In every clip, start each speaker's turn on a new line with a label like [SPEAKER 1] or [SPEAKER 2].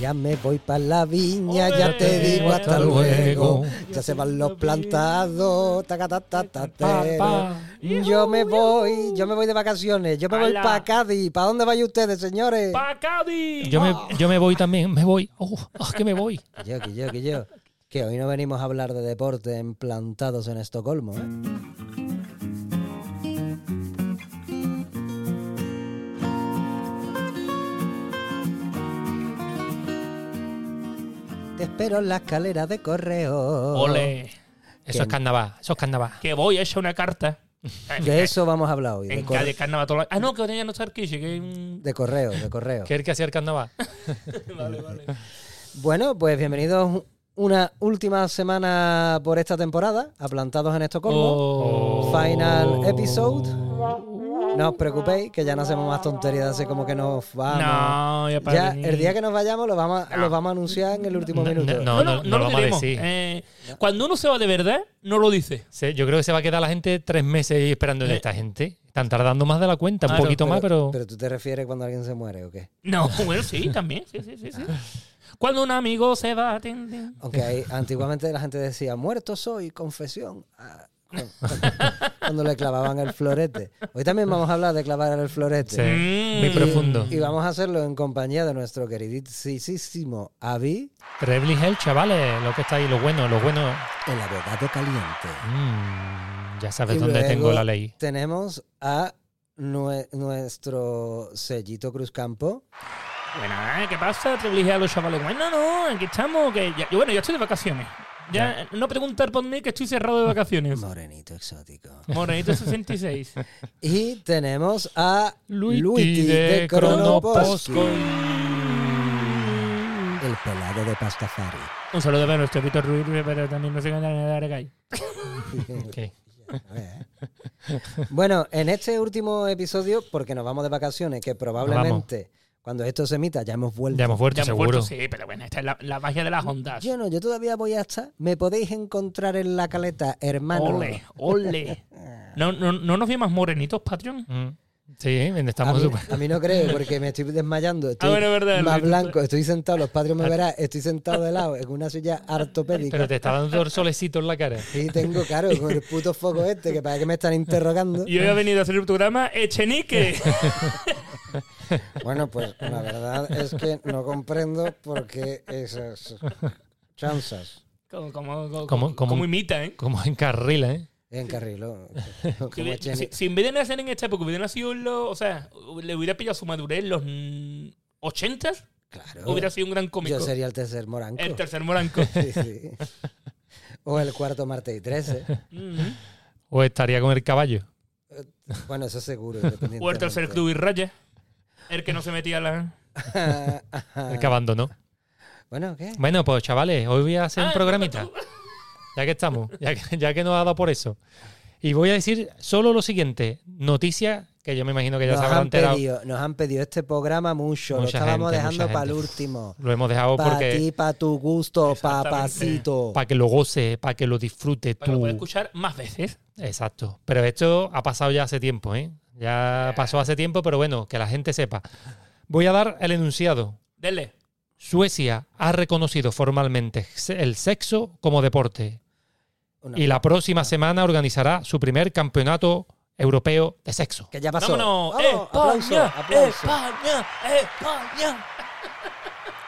[SPEAKER 1] Ya me voy para la viña,
[SPEAKER 2] Ole,
[SPEAKER 1] ya te digo hasta,
[SPEAKER 2] hasta
[SPEAKER 1] luego.
[SPEAKER 2] luego.
[SPEAKER 1] Ya se van los plantados. tacatatatatero.
[SPEAKER 2] Pa, pa.
[SPEAKER 1] Yo me voy, yo me voy de vacaciones. Yo me voy
[SPEAKER 2] Ala.
[SPEAKER 1] para Cádiz. ¿Para dónde vais ustedes, señores?
[SPEAKER 2] Cádiz! Este, Yo
[SPEAKER 1] Oh.
[SPEAKER 2] me, yo me voy también, me voy. Oh, ah, que me voy.
[SPEAKER 1] Yo, que yo, que yo. Que hoy no venimos a hablar de deporte en plantados en Estocolmo. ¿eh? Te espero en la escalera de correo.
[SPEAKER 2] Ole. Eso
[SPEAKER 1] Que-
[SPEAKER 2] es carnaval, eso es carnaval.
[SPEAKER 3] Oh. que voy a echar una carta.
[SPEAKER 1] De eso vamos a hablar hoy. De,
[SPEAKER 3] En
[SPEAKER 1] cor-
[SPEAKER 3] Cádiz, carnaval. todo lo- Ah, no, que tenía no estar quiche, que un-
[SPEAKER 1] de correo, de correo.
[SPEAKER 2] ¿Qué es el que hacía el carnaval?
[SPEAKER 3] Vale, vale.
[SPEAKER 1] Bueno, pues bienvenidos una última semana por esta temporada a Plantados en Estocolmo.
[SPEAKER 2] Oh.
[SPEAKER 1] Final episode. No os preocupéis, que ya no hacemos más tonterías así como que nos vamos.
[SPEAKER 3] No, ya para
[SPEAKER 1] ya,
[SPEAKER 3] venir.
[SPEAKER 1] el día que nos vayamos lo vamos, a, lo vamos a anunciar en el último
[SPEAKER 2] No,
[SPEAKER 1] minuto.
[SPEAKER 2] no, no, no lo vamos a
[SPEAKER 3] diremos.
[SPEAKER 2] decir.
[SPEAKER 3] Eh, cuando uno se va de verdad, no lo dice.
[SPEAKER 2] Se- yo creo que se va a quedar la gente tres meses ahí esperando de
[SPEAKER 3] Eh. Ah,
[SPEAKER 2] esta gente. Están tardando más de la cuenta, un
[SPEAKER 3] Claro,
[SPEAKER 2] poquito más, pero.
[SPEAKER 1] Pero tú te refieres cuando alguien se muere o qué?
[SPEAKER 3] No, bueno, sí, también. Sí, sí, sí, sí. Cuando un amigo se va. tin, tin.
[SPEAKER 1] Aunque hay- antiguamente la gente decía, muerto soy, confesión. Ah, cuando, cuando le clavaban el florete. Hoy también vamos a hablar de clavar el florete.
[SPEAKER 2] Sí,
[SPEAKER 3] Mm.
[SPEAKER 2] muy profundo.
[SPEAKER 1] Y vamos a hacerlo en compañía de nuestro queridísimo Avi,
[SPEAKER 2] Trebly Hell, chavales, lo que está ahí, lo bueno, lo bueno.
[SPEAKER 1] el abogado caliente.
[SPEAKER 2] Mm, ya sabes
[SPEAKER 1] Y
[SPEAKER 2] dónde
[SPEAKER 1] luego
[SPEAKER 2] tengo la ley.
[SPEAKER 1] Tenemos a nue- nuestro sellito Cruzcampo.
[SPEAKER 3] Bueno, eh, ¿qué pasa? Privilegiar a los chavales. Bueno, no, aquí estamos. Que ya- yo, bueno, yo estoy de vacaciones. Ya, no preguntar por mí que estoy cerrado de
[SPEAKER 2] Pues
[SPEAKER 3] vacaciones.
[SPEAKER 1] Morenito exótico.
[SPEAKER 3] Morenito 66.
[SPEAKER 1] Y tenemos a
[SPEAKER 2] Luigi
[SPEAKER 1] Luigi, de,
[SPEAKER 2] de
[SPEAKER 1] Cronoposco.
[SPEAKER 2] Cronoposco.
[SPEAKER 1] El pelado de Pastafari.
[SPEAKER 3] Un saludo para nuestro Víctor Ruiz, pero también no sé qué tal de calle.
[SPEAKER 2] Ok.
[SPEAKER 1] ¿eh? Bueno, en este último episodio, porque nos vamos de vacaciones, que probablemente cuando esto se emita ya hemos vuelto.
[SPEAKER 2] Ya hemos vuelto,
[SPEAKER 3] Ya me he
[SPEAKER 2] seguro.
[SPEAKER 3] puesto, sí, pero bueno, esta es la, la magia de las ondas.
[SPEAKER 1] Yo no, yo todavía voy hasta. Me podéis encontrar en la caleta, hermano.
[SPEAKER 3] Ole, ole. No, no, no nos vi más morenitos, Patreon.
[SPEAKER 2] Mm. Sí,
[SPEAKER 1] A
[SPEAKER 2] estamos
[SPEAKER 1] mí,
[SPEAKER 2] súper.
[SPEAKER 1] a mí no creo, porque me estoy desmayando. Estoy
[SPEAKER 3] Ah, bueno, es
[SPEAKER 1] más
[SPEAKER 3] verdad, Luis, Ah. tú-
[SPEAKER 1] blanco, estoy sentado, los padres me verán, estoy sentado de lado en una silla
[SPEAKER 2] Pero
[SPEAKER 1] ortopédica.
[SPEAKER 2] te está dando el solecito en la cara.
[SPEAKER 1] Y tengo, claro, con el puto foco este, que para qué me están interrogando.
[SPEAKER 3] Y hoy ha venido a hacer el programa Echenique.
[SPEAKER 1] Bueno, pues la verdad es que no comprendo por qué esas chanzas
[SPEAKER 3] como, como, como,
[SPEAKER 2] Como- como-
[SPEAKER 3] como imita, ¿eh?
[SPEAKER 2] Como en carrila, ¿eh?
[SPEAKER 1] en carril.
[SPEAKER 3] Que hubi- si, si en vez de nacer en esta época hubiera sido en los. O sea, le hubiera pillado su madurez en los mm, 80
[SPEAKER 1] Claro.
[SPEAKER 3] hubiera sido un gran cómico.
[SPEAKER 1] Yo sería el tercer moranco.
[SPEAKER 3] El tercer moranco.
[SPEAKER 1] Sí, sí. O el cuarto martes y trece.
[SPEAKER 3] Mhm.
[SPEAKER 2] O estaría con el caballo.
[SPEAKER 1] Bueno, eso seguro.
[SPEAKER 3] O el tercer club y raya. El que no se metía a la.
[SPEAKER 2] El que abandonó.
[SPEAKER 1] Ah, bueno, ¿qué?
[SPEAKER 2] Bueno, pues chavales, hoy voy a hacer
[SPEAKER 3] Ah,
[SPEAKER 2] un programita. Ya que estamos, ya que, ya que nos ha dado por eso. Y voy a decir solo lo siguiente: noticias que yo me imagino que ya
[SPEAKER 1] Nos
[SPEAKER 2] se habrán
[SPEAKER 1] han,
[SPEAKER 2] enterado.
[SPEAKER 1] pedido, nos han pedido este programa mucho, lo
[SPEAKER 2] Mucha
[SPEAKER 1] estábamos
[SPEAKER 2] gente, mucha
[SPEAKER 1] dejando
[SPEAKER 2] gente.
[SPEAKER 1] para el último.
[SPEAKER 2] Lo hemos dejado
[SPEAKER 1] Para ti,
[SPEAKER 2] porque
[SPEAKER 1] para tu gusto,
[SPEAKER 3] Exactamente.
[SPEAKER 1] papacito.
[SPEAKER 2] para que lo goce, para que lo disfrutes
[SPEAKER 3] Para que lo
[SPEAKER 2] tú.
[SPEAKER 3] pueda escuchar más veces.
[SPEAKER 2] Exacto. Pero esto ha pasado ya hace tiempo, ¿eh? Ya pasó hace tiempo, pero bueno, que la gente sepa. Voy a dar el enunciado.
[SPEAKER 3] Dele.
[SPEAKER 2] Suecia ha reconocido formalmente el sexo como deporte
[SPEAKER 1] Una-
[SPEAKER 2] y la próxima semana organizará su primer campeonato europeo de sexo.
[SPEAKER 1] Que ya pasó.
[SPEAKER 3] ¡Vámonos!
[SPEAKER 1] Vamos, aplauso,
[SPEAKER 3] ¡España!
[SPEAKER 1] aplauso.
[SPEAKER 3] ¡España! ¡España!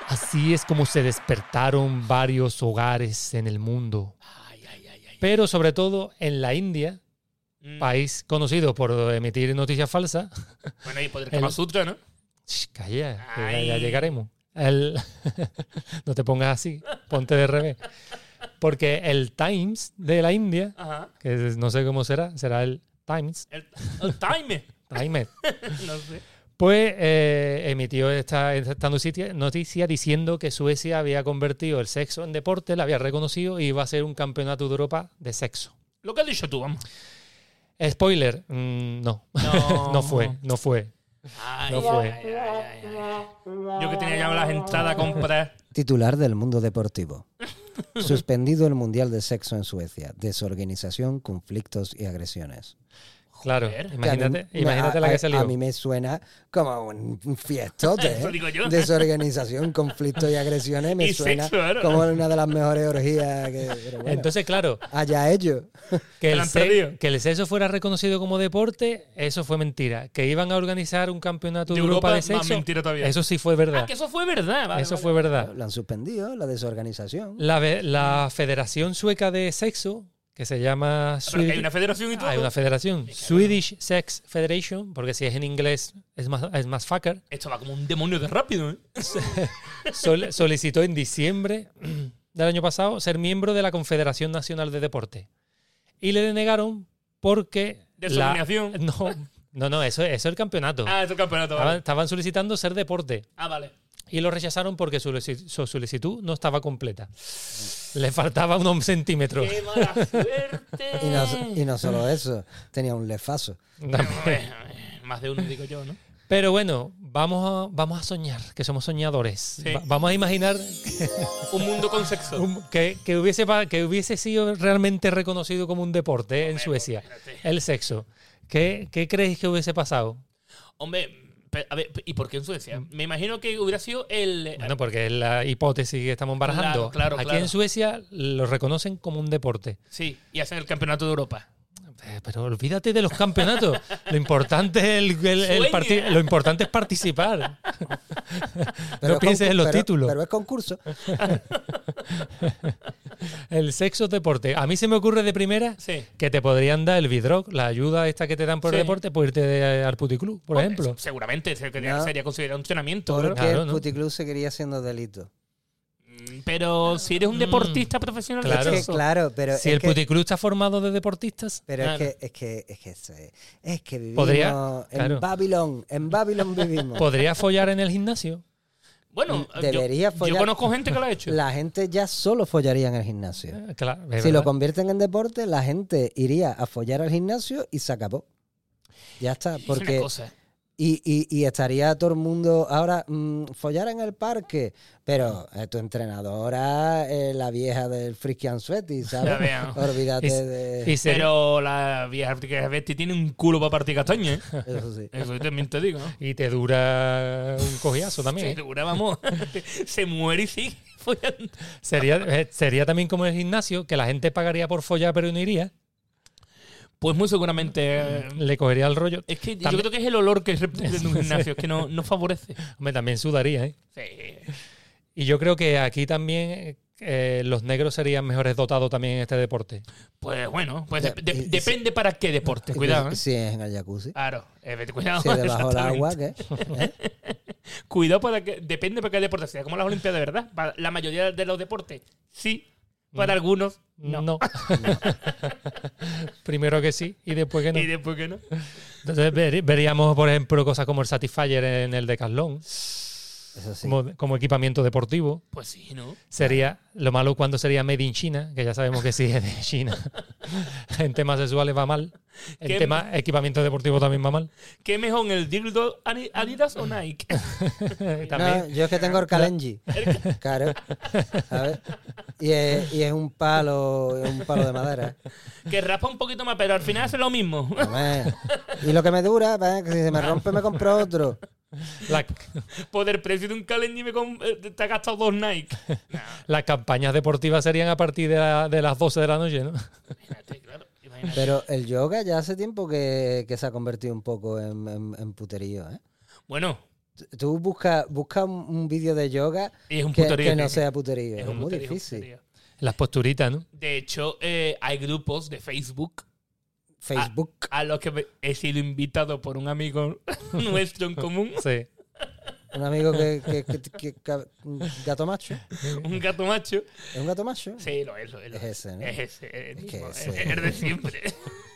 [SPEAKER 2] Así es como se despertaron varios hogares en el mundo,
[SPEAKER 3] Ay, ay, ay, ay.
[SPEAKER 2] pero sobre todo en la India,
[SPEAKER 3] Mm.
[SPEAKER 2] país conocido por emitir noticias falsas.
[SPEAKER 3] Bueno, y poder
[SPEAKER 2] El-
[SPEAKER 3] Kama Sutra, ¿no?
[SPEAKER 2] Sh, Calla, que ya- ya
[SPEAKER 3] Ay.
[SPEAKER 2] llegaremos. El- no te pongas así, ponte de revés. Porque el Times de la India,
[SPEAKER 3] Ajá.
[SPEAKER 2] que es- no sé cómo será, será el Times,
[SPEAKER 3] El, el time.
[SPEAKER 2] Times,
[SPEAKER 3] No sé.
[SPEAKER 2] pues eh, emitió esta, esta noticia, noticia diciendo que Suecia había convertido el sexo en deporte, la había reconocido y iba a ser un campeonato de Europa de sexo.
[SPEAKER 3] Lo que has dicho tú, vamos.
[SPEAKER 2] Spoiler, mm, no.
[SPEAKER 3] No.
[SPEAKER 2] No. fue, no fue.
[SPEAKER 3] Ay,
[SPEAKER 2] No fue.
[SPEAKER 3] Yo que tenía ya las entradas compradas.
[SPEAKER 1] Titular del mundo deportivo. Suspendido el Mundial de Sexo en Suecia. Desorganización, conflictos y agresiones.
[SPEAKER 2] Claro,
[SPEAKER 3] Joder.
[SPEAKER 2] imagínate,
[SPEAKER 1] Que a mí-
[SPEAKER 2] imagínate
[SPEAKER 1] a-
[SPEAKER 2] la
[SPEAKER 1] a-
[SPEAKER 2] que salió.
[SPEAKER 1] A mí me suena como un un fiestote.
[SPEAKER 3] Eso
[SPEAKER 1] ¿eh?
[SPEAKER 3] digo yo.
[SPEAKER 1] Desorganización, conflictos y agresiones me
[SPEAKER 3] Y
[SPEAKER 1] suena
[SPEAKER 3] sexo, claro.
[SPEAKER 1] como una de las mejores orgías que. pero bueno,
[SPEAKER 2] Entonces, claro,
[SPEAKER 1] allá ellos.
[SPEAKER 2] que
[SPEAKER 3] Te
[SPEAKER 2] el,
[SPEAKER 3] la han
[SPEAKER 2] se-
[SPEAKER 3] perdido.
[SPEAKER 2] que el sexo fuera reconocido como deporte, eso fue mentira. Que iban a organizar un campeonato
[SPEAKER 3] De
[SPEAKER 2] de Europa,
[SPEAKER 3] Europa,
[SPEAKER 2] de
[SPEAKER 3] más
[SPEAKER 2] sexo,
[SPEAKER 3] mentira todavía.
[SPEAKER 2] eso sí fue verdad.
[SPEAKER 3] Ah, que eso fue verdad. vale,
[SPEAKER 2] eso
[SPEAKER 3] vale.
[SPEAKER 2] fue verdad.
[SPEAKER 1] Lo han suspendido, la desorganización.
[SPEAKER 2] La, ve- la Federación Sueca de Sexo, que se llama...
[SPEAKER 3] Ah, Pero que hay
[SPEAKER 2] Swedish-
[SPEAKER 3] una federación y todo.
[SPEAKER 2] Ah, Hay una federación. Swedish Sex Federation, porque si es en inglés es más, es más fucker.
[SPEAKER 3] Esto va como un demonio de rápido, ¿eh?
[SPEAKER 2] Sol- solicitó en diciembre del año pasado ser miembro de la Confederación Nacional de Deporte. Y le denegaron porque... La,
[SPEAKER 3] Desalineación.
[SPEAKER 2] no, no, no, eso, eso es el campeonato.
[SPEAKER 3] Ah, es el campeonato.
[SPEAKER 2] Estaban,
[SPEAKER 3] Vale.
[SPEAKER 2] estaban solicitando ser deporte.
[SPEAKER 3] Ah, vale.
[SPEAKER 2] Y lo rechazaron porque su, solici- su solicitud no estaba completa. Le faltaba unos centímetros.
[SPEAKER 3] Qué mala suerte.
[SPEAKER 1] Y no, y no solo eso, tenía un lefazo.
[SPEAKER 3] Más de uno, digo yo, ¿no?
[SPEAKER 2] Pero bueno, vamos a, vamos a soñar, que somos soñadores.
[SPEAKER 3] Sí.
[SPEAKER 2] Va- vamos a imaginar
[SPEAKER 3] Un mundo con sexo.
[SPEAKER 2] un- que, que hubiese, pa- que hubiese sido realmente reconocido como un deporte en Suecia,
[SPEAKER 3] espérate.
[SPEAKER 2] el sexo. ¿Qué, qué creéis que hubiese pasado?
[SPEAKER 3] Hombre, pe- a ver, ¿y por qué en Suecia? Me imagino que hubiera sido el.
[SPEAKER 2] Bueno, porque es la hipótesis que estamos barajando.
[SPEAKER 3] Eh, Claro, claro,
[SPEAKER 2] Aquí
[SPEAKER 3] claro.
[SPEAKER 2] en Suecia lo reconocen como un deporte.
[SPEAKER 3] Sí, y hacen el campeonato de Europa.
[SPEAKER 2] Eh, Pero olvídate de los campeonatos. Lo importante es, el, el- el parti-
[SPEAKER 3] Sueña.
[SPEAKER 2] lo importante es participar.
[SPEAKER 1] Pero
[SPEAKER 2] no
[SPEAKER 1] es
[SPEAKER 2] pienses
[SPEAKER 1] concu-
[SPEAKER 2] en los
[SPEAKER 1] pero-
[SPEAKER 2] títulos.
[SPEAKER 1] Pero es concurso.
[SPEAKER 2] El sexo es deporte. A mí se me ocurre de primera
[SPEAKER 3] Sí.
[SPEAKER 2] que te podrían dar el vidroc, la ayuda esta que te dan por
[SPEAKER 3] Sí.
[SPEAKER 2] el deporte, por irte de- eh, al puticlub, por ejemplo.
[SPEAKER 3] Seguramente se- que
[SPEAKER 1] No.
[SPEAKER 3] sería considerado un entrenamiento.
[SPEAKER 1] Porque
[SPEAKER 3] ¿no?
[SPEAKER 2] Claro,
[SPEAKER 1] el
[SPEAKER 2] ¿no?
[SPEAKER 1] puticlub seguiría siendo delito.
[SPEAKER 3] Mm, Pero si eres un deportista profesional,
[SPEAKER 2] Claro.
[SPEAKER 1] Es que, claro, pero
[SPEAKER 2] si
[SPEAKER 1] es
[SPEAKER 2] el
[SPEAKER 1] que-
[SPEAKER 2] puticlub está formado de deportistas,
[SPEAKER 1] Pero
[SPEAKER 3] Claro.
[SPEAKER 1] es que es que es que eso es, es que vivimos
[SPEAKER 2] Podría,
[SPEAKER 1] en
[SPEAKER 2] claro.
[SPEAKER 1] Babilón, en Babilón vivimos.
[SPEAKER 2] podría follar en el gimnasio.
[SPEAKER 3] bueno,
[SPEAKER 1] Mm,
[SPEAKER 3] yo-
[SPEAKER 1] debería
[SPEAKER 3] yo,
[SPEAKER 1] follar.
[SPEAKER 3] conozco gente que lo ha hecho.
[SPEAKER 1] La gente ya solo follaría en el gimnasio.
[SPEAKER 2] Eh, Claro, es
[SPEAKER 1] Si lo
[SPEAKER 2] verdad.
[SPEAKER 1] convierten en deporte, la gente iría a follar al gimnasio y se acabó. Ya está,
[SPEAKER 3] Es una
[SPEAKER 1] porque
[SPEAKER 3] cosa.
[SPEAKER 1] y, y- y estaría todo el mundo ahora mm, follar en el parque, pero eh, tu entrenadora es la vieja del Frisky and Sweaty,
[SPEAKER 3] Ya
[SPEAKER 1] ¿sabes?
[SPEAKER 3] veo.
[SPEAKER 1] Olvídate
[SPEAKER 2] Y-
[SPEAKER 1] de
[SPEAKER 2] Y se-
[SPEAKER 3] Pero la vieja África Betty tiene un culo para partir castaña, ¿eh?
[SPEAKER 1] eso sí.
[SPEAKER 3] Eso también te digo. ¿no?
[SPEAKER 2] y te dura un cogiazo
[SPEAKER 3] Sí,
[SPEAKER 2] también. ¿eh?
[SPEAKER 3] segura, vamos. se muere y sigue follando.
[SPEAKER 2] Sería, eh, sería también como en el gimnasio, que la gente pagaría por follar pero no iría.
[SPEAKER 3] Pues muy seguramente. eh,
[SPEAKER 2] Le cogería el rollo.
[SPEAKER 3] Es que yo
[SPEAKER 2] Mm. También-
[SPEAKER 3] creo que es el olor que repite en un gimnasio, es que no, no favorece.
[SPEAKER 2] Hombre, también sudaría, ¿eh?
[SPEAKER 3] Sí.
[SPEAKER 2] Y yo creo que aquí también eh, los negros serían mejores dotados también en este deporte.
[SPEAKER 3] Pues bueno, pues
[SPEAKER 1] Ya,
[SPEAKER 3] de- de-
[SPEAKER 1] y- y
[SPEAKER 3] depende para qué deporte, cuidado. ¿eh?
[SPEAKER 1] Si es en el jacuzzi.
[SPEAKER 3] Claro, eh, vete, cuidado.
[SPEAKER 1] Si es debajo del
[SPEAKER 3] exactamente.
[SPEAKER 1] agua, ¿qué?
[SPEAKER 3] Cuidado para que. Depende para qué deporte sea. Como las Olimpiadas, ¿verdad? Para la mayoría de los deportes, sí.
[SPEAKER 1] Mm.
[SPEAKER 3] Para algunos, no.
[SPEAKER 2] Primero que sí y después que no.
[SPEAKER 3] Y después que no.
[SPEAKER 2] Entonces veri- veríamos, por ejemplo, cosas como el Satisfyer en el Decathlon,
[SPEAKER 1] Eso sí.
[SPEAKER 2] como, como equipamiento deportivo.
[SPEAKER 3] Pues sí, ¿no?
[SPEAKER 2] Sería lo malo cuando sería made in China, que ya sabemos que sí es de China. en temas sexuales va mal.
[SPEAKER 3] ¿Qué-
[SPEAKER 2] En temas equipamiento deportivo también va mal.
[SPEAKER 3] ¿Qué mejor, el dildo Ani- Adidas o Nike?
[SPEAKER 2] También.
[SPEAKER 1] No, yo es que tengo el Kalenji. Claro. ¿sabes? Y es, y es un palo, es un palo de madera.
[SPEAKER 3] que raspa un poquito más, pero al final hace lo mismo.
[SPEAKER 1] Hombre. Y lo que me dura, ¿ves? que si se me rompe me compro otro.
[SPEAKER 2] La-
[SPEAKER 3] Por el precio de un Calendly me com- eh, te has gastado dos Nike.
[SPEAKER 2] las campañas deportivas serían a partir de, la- de las 12 de la noche, ¿no?
[SPEAKER 3] Imagínate, claro. imagínate.
[SPEAKER 1] Pero el yoga ya hace tiempo que, que se ha convertido un poco en, en- en puterío. ¿eh?
[SPEAKER 3] Bueno,
[SPEAKER 1] Tú buscas busca un, un vídeo de yoga
[SPEAKER 3] Y es un
[SPEAKER 1] que,
[SPEAKER 3] puterío,
[SPEAKER 1] que no
[SPEAKER 3] sí.
[SPEAKER 1] sea puterío.
[SPEAKER 3] es
[SPEAKER 1] Es,
[SPEAKER 3] un
[SPEAKER 1] muy
[SPEAKER 3] puterío,
[SPEAKER 1] difícil.
[SPEAKER 3] puterío.
[SPEAKER 2] Las posturitas, ¿no?
[SPEAKER 3] De hecho, eh, hay grupos de Facebook Ah.
[SPEAKER 1] Facebook.
[SPEAKER 3] a los que me- he sido invitado por un amigo nuestro en común,
[SPEAKER 2] Sí.
[SPEAKER 1] Un amigo que, que, que- que- que- un gato macho.
[SPEAKER 3] un gato macho.
[SPEAKER 1] ¿Es un gato macho?
[SPEAKER 3] Sí, lo es, lo es. lo
[SPEAKER 1] Es ese, ¿no?
[SPEAKER 3] Es ese, el
[SPEAKER 1] Es que
[SPEAKER 3] mismo,
[SPEAKER 1] ese.
[SPEAKER 3] es- es de siempre.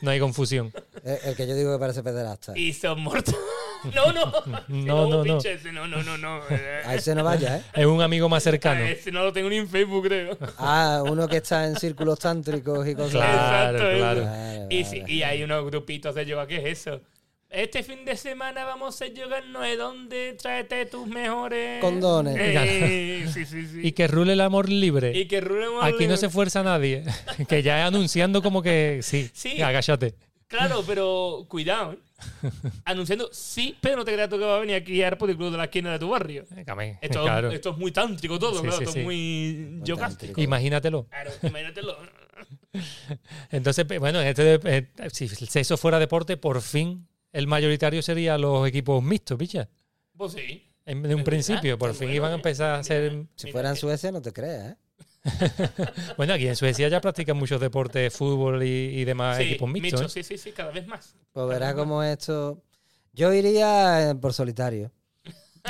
[SPEAKER 2] No hay confusión.
[SPEAKER 1] Eh, El, el que yo digo que parece pederasta.
[SPEAKER 3] y son muertos. No, no.
[SPEAKER 2] No, no, no.
[SPEAKER 3] pinche ese, no, no, no, no. Eh, ah,
[SPEAKER 1] A ese no vaya, ¿eh?
[SPEAKER 2] Es un amigo más cercano.
[SPEAKER 3] ese no lo tengo ni en Facebook, creo.
[SPEAKER 1] Ah, uno que está en círculos tántricos y cosas
[SPEAKER 2] Claro,
[SPEAKER 3] Exacto,
[SPEAKER 2] claro.
[SPEAKER 3] eso.
[SPEAKER 1] Vale,
[SPEAKER 3] Y,
[SPEAKER 1] vale.
[SPEAKER 3] si- y hay unos grupitos de yoga, ¿qué es eso? Este fin de semana vamos a yoga no es donde tráete tus mejores
[SPEAKER 1] Condones.
[SPEAKER 3] Eh, sí, sí, sí.
[SPEAKER 2] Y que rule el amor libre.
[SPEAKER 3] Y que rulemos
[SPEAKER 2] Aquí no se fuerza nadie. Que ya es anunciando como que sí,
[SPEAKER 3] Sí.
[SPEAKER 2] agáchate.
[SPEAKER 3] Claro, pero cuidado. ¿eh? Anunciando, sí, pero no te creas tú que va a venir aquí a por el club de la esquina de tu barrio.
[SPEAKER 2] Camé,
[SPEAKER 3] Esto,
[SPEAKER 2] claro.
[SPEAKER 3] esto es muy tántrico todo,
[SPEAKER 2] Sí,
[SPEAKER 3] claro,
[SPEAKER 2] sí,
[SPEAKER 3] esto
[SPEAKER 2] sí.
[SPEAKER 3] es muy yogástico.
[SPEAKER 2] Imagínatelo.
[SPEAKER 3] Claro, imagínatelo.
[SPEAKER 2] Entonces, pe- bueno, este, eh, si eso fuera deporte, por fin el mayoritario sería los equipos mixtos, picha.
[SPEAKER 3] Pues sí.
[SPEAKER 2] En, de un
[SPEAKER 3] ¿Verdad?
[SPEAKER 2] principio, por
[SPEAKER 3] Qué
[SPEAKER 2] fin
[SPEAKER 3] bueno,
[SPEAKER 2] iban a
[SPEAKER 3] eh.
[SPEAKER 2] empezar a hacer...
[SPEAKER 1] Si
[SPEAKER 3] Mira
[SPEAKER 1] fuera en
[SPEAKER 3] que-
[SPEAKER 1] Suecia no te creas, ¿eh?
[SPEAKER 2] Bueno, aquí en Suecia ya practican muchos deportes, fútbol y, y demás
[SPEAKER 3] Sí,
[SPEAKER 2] equipos mixtos.
[SPEAKER 3] mixto,
[SPEAKER 2] ¿eh?
[SPEAKER 3] sí, sí, sí, cada vez más.
[SPEAKER 1] Pues verás cómo esto... Yo iría eh, por solitario.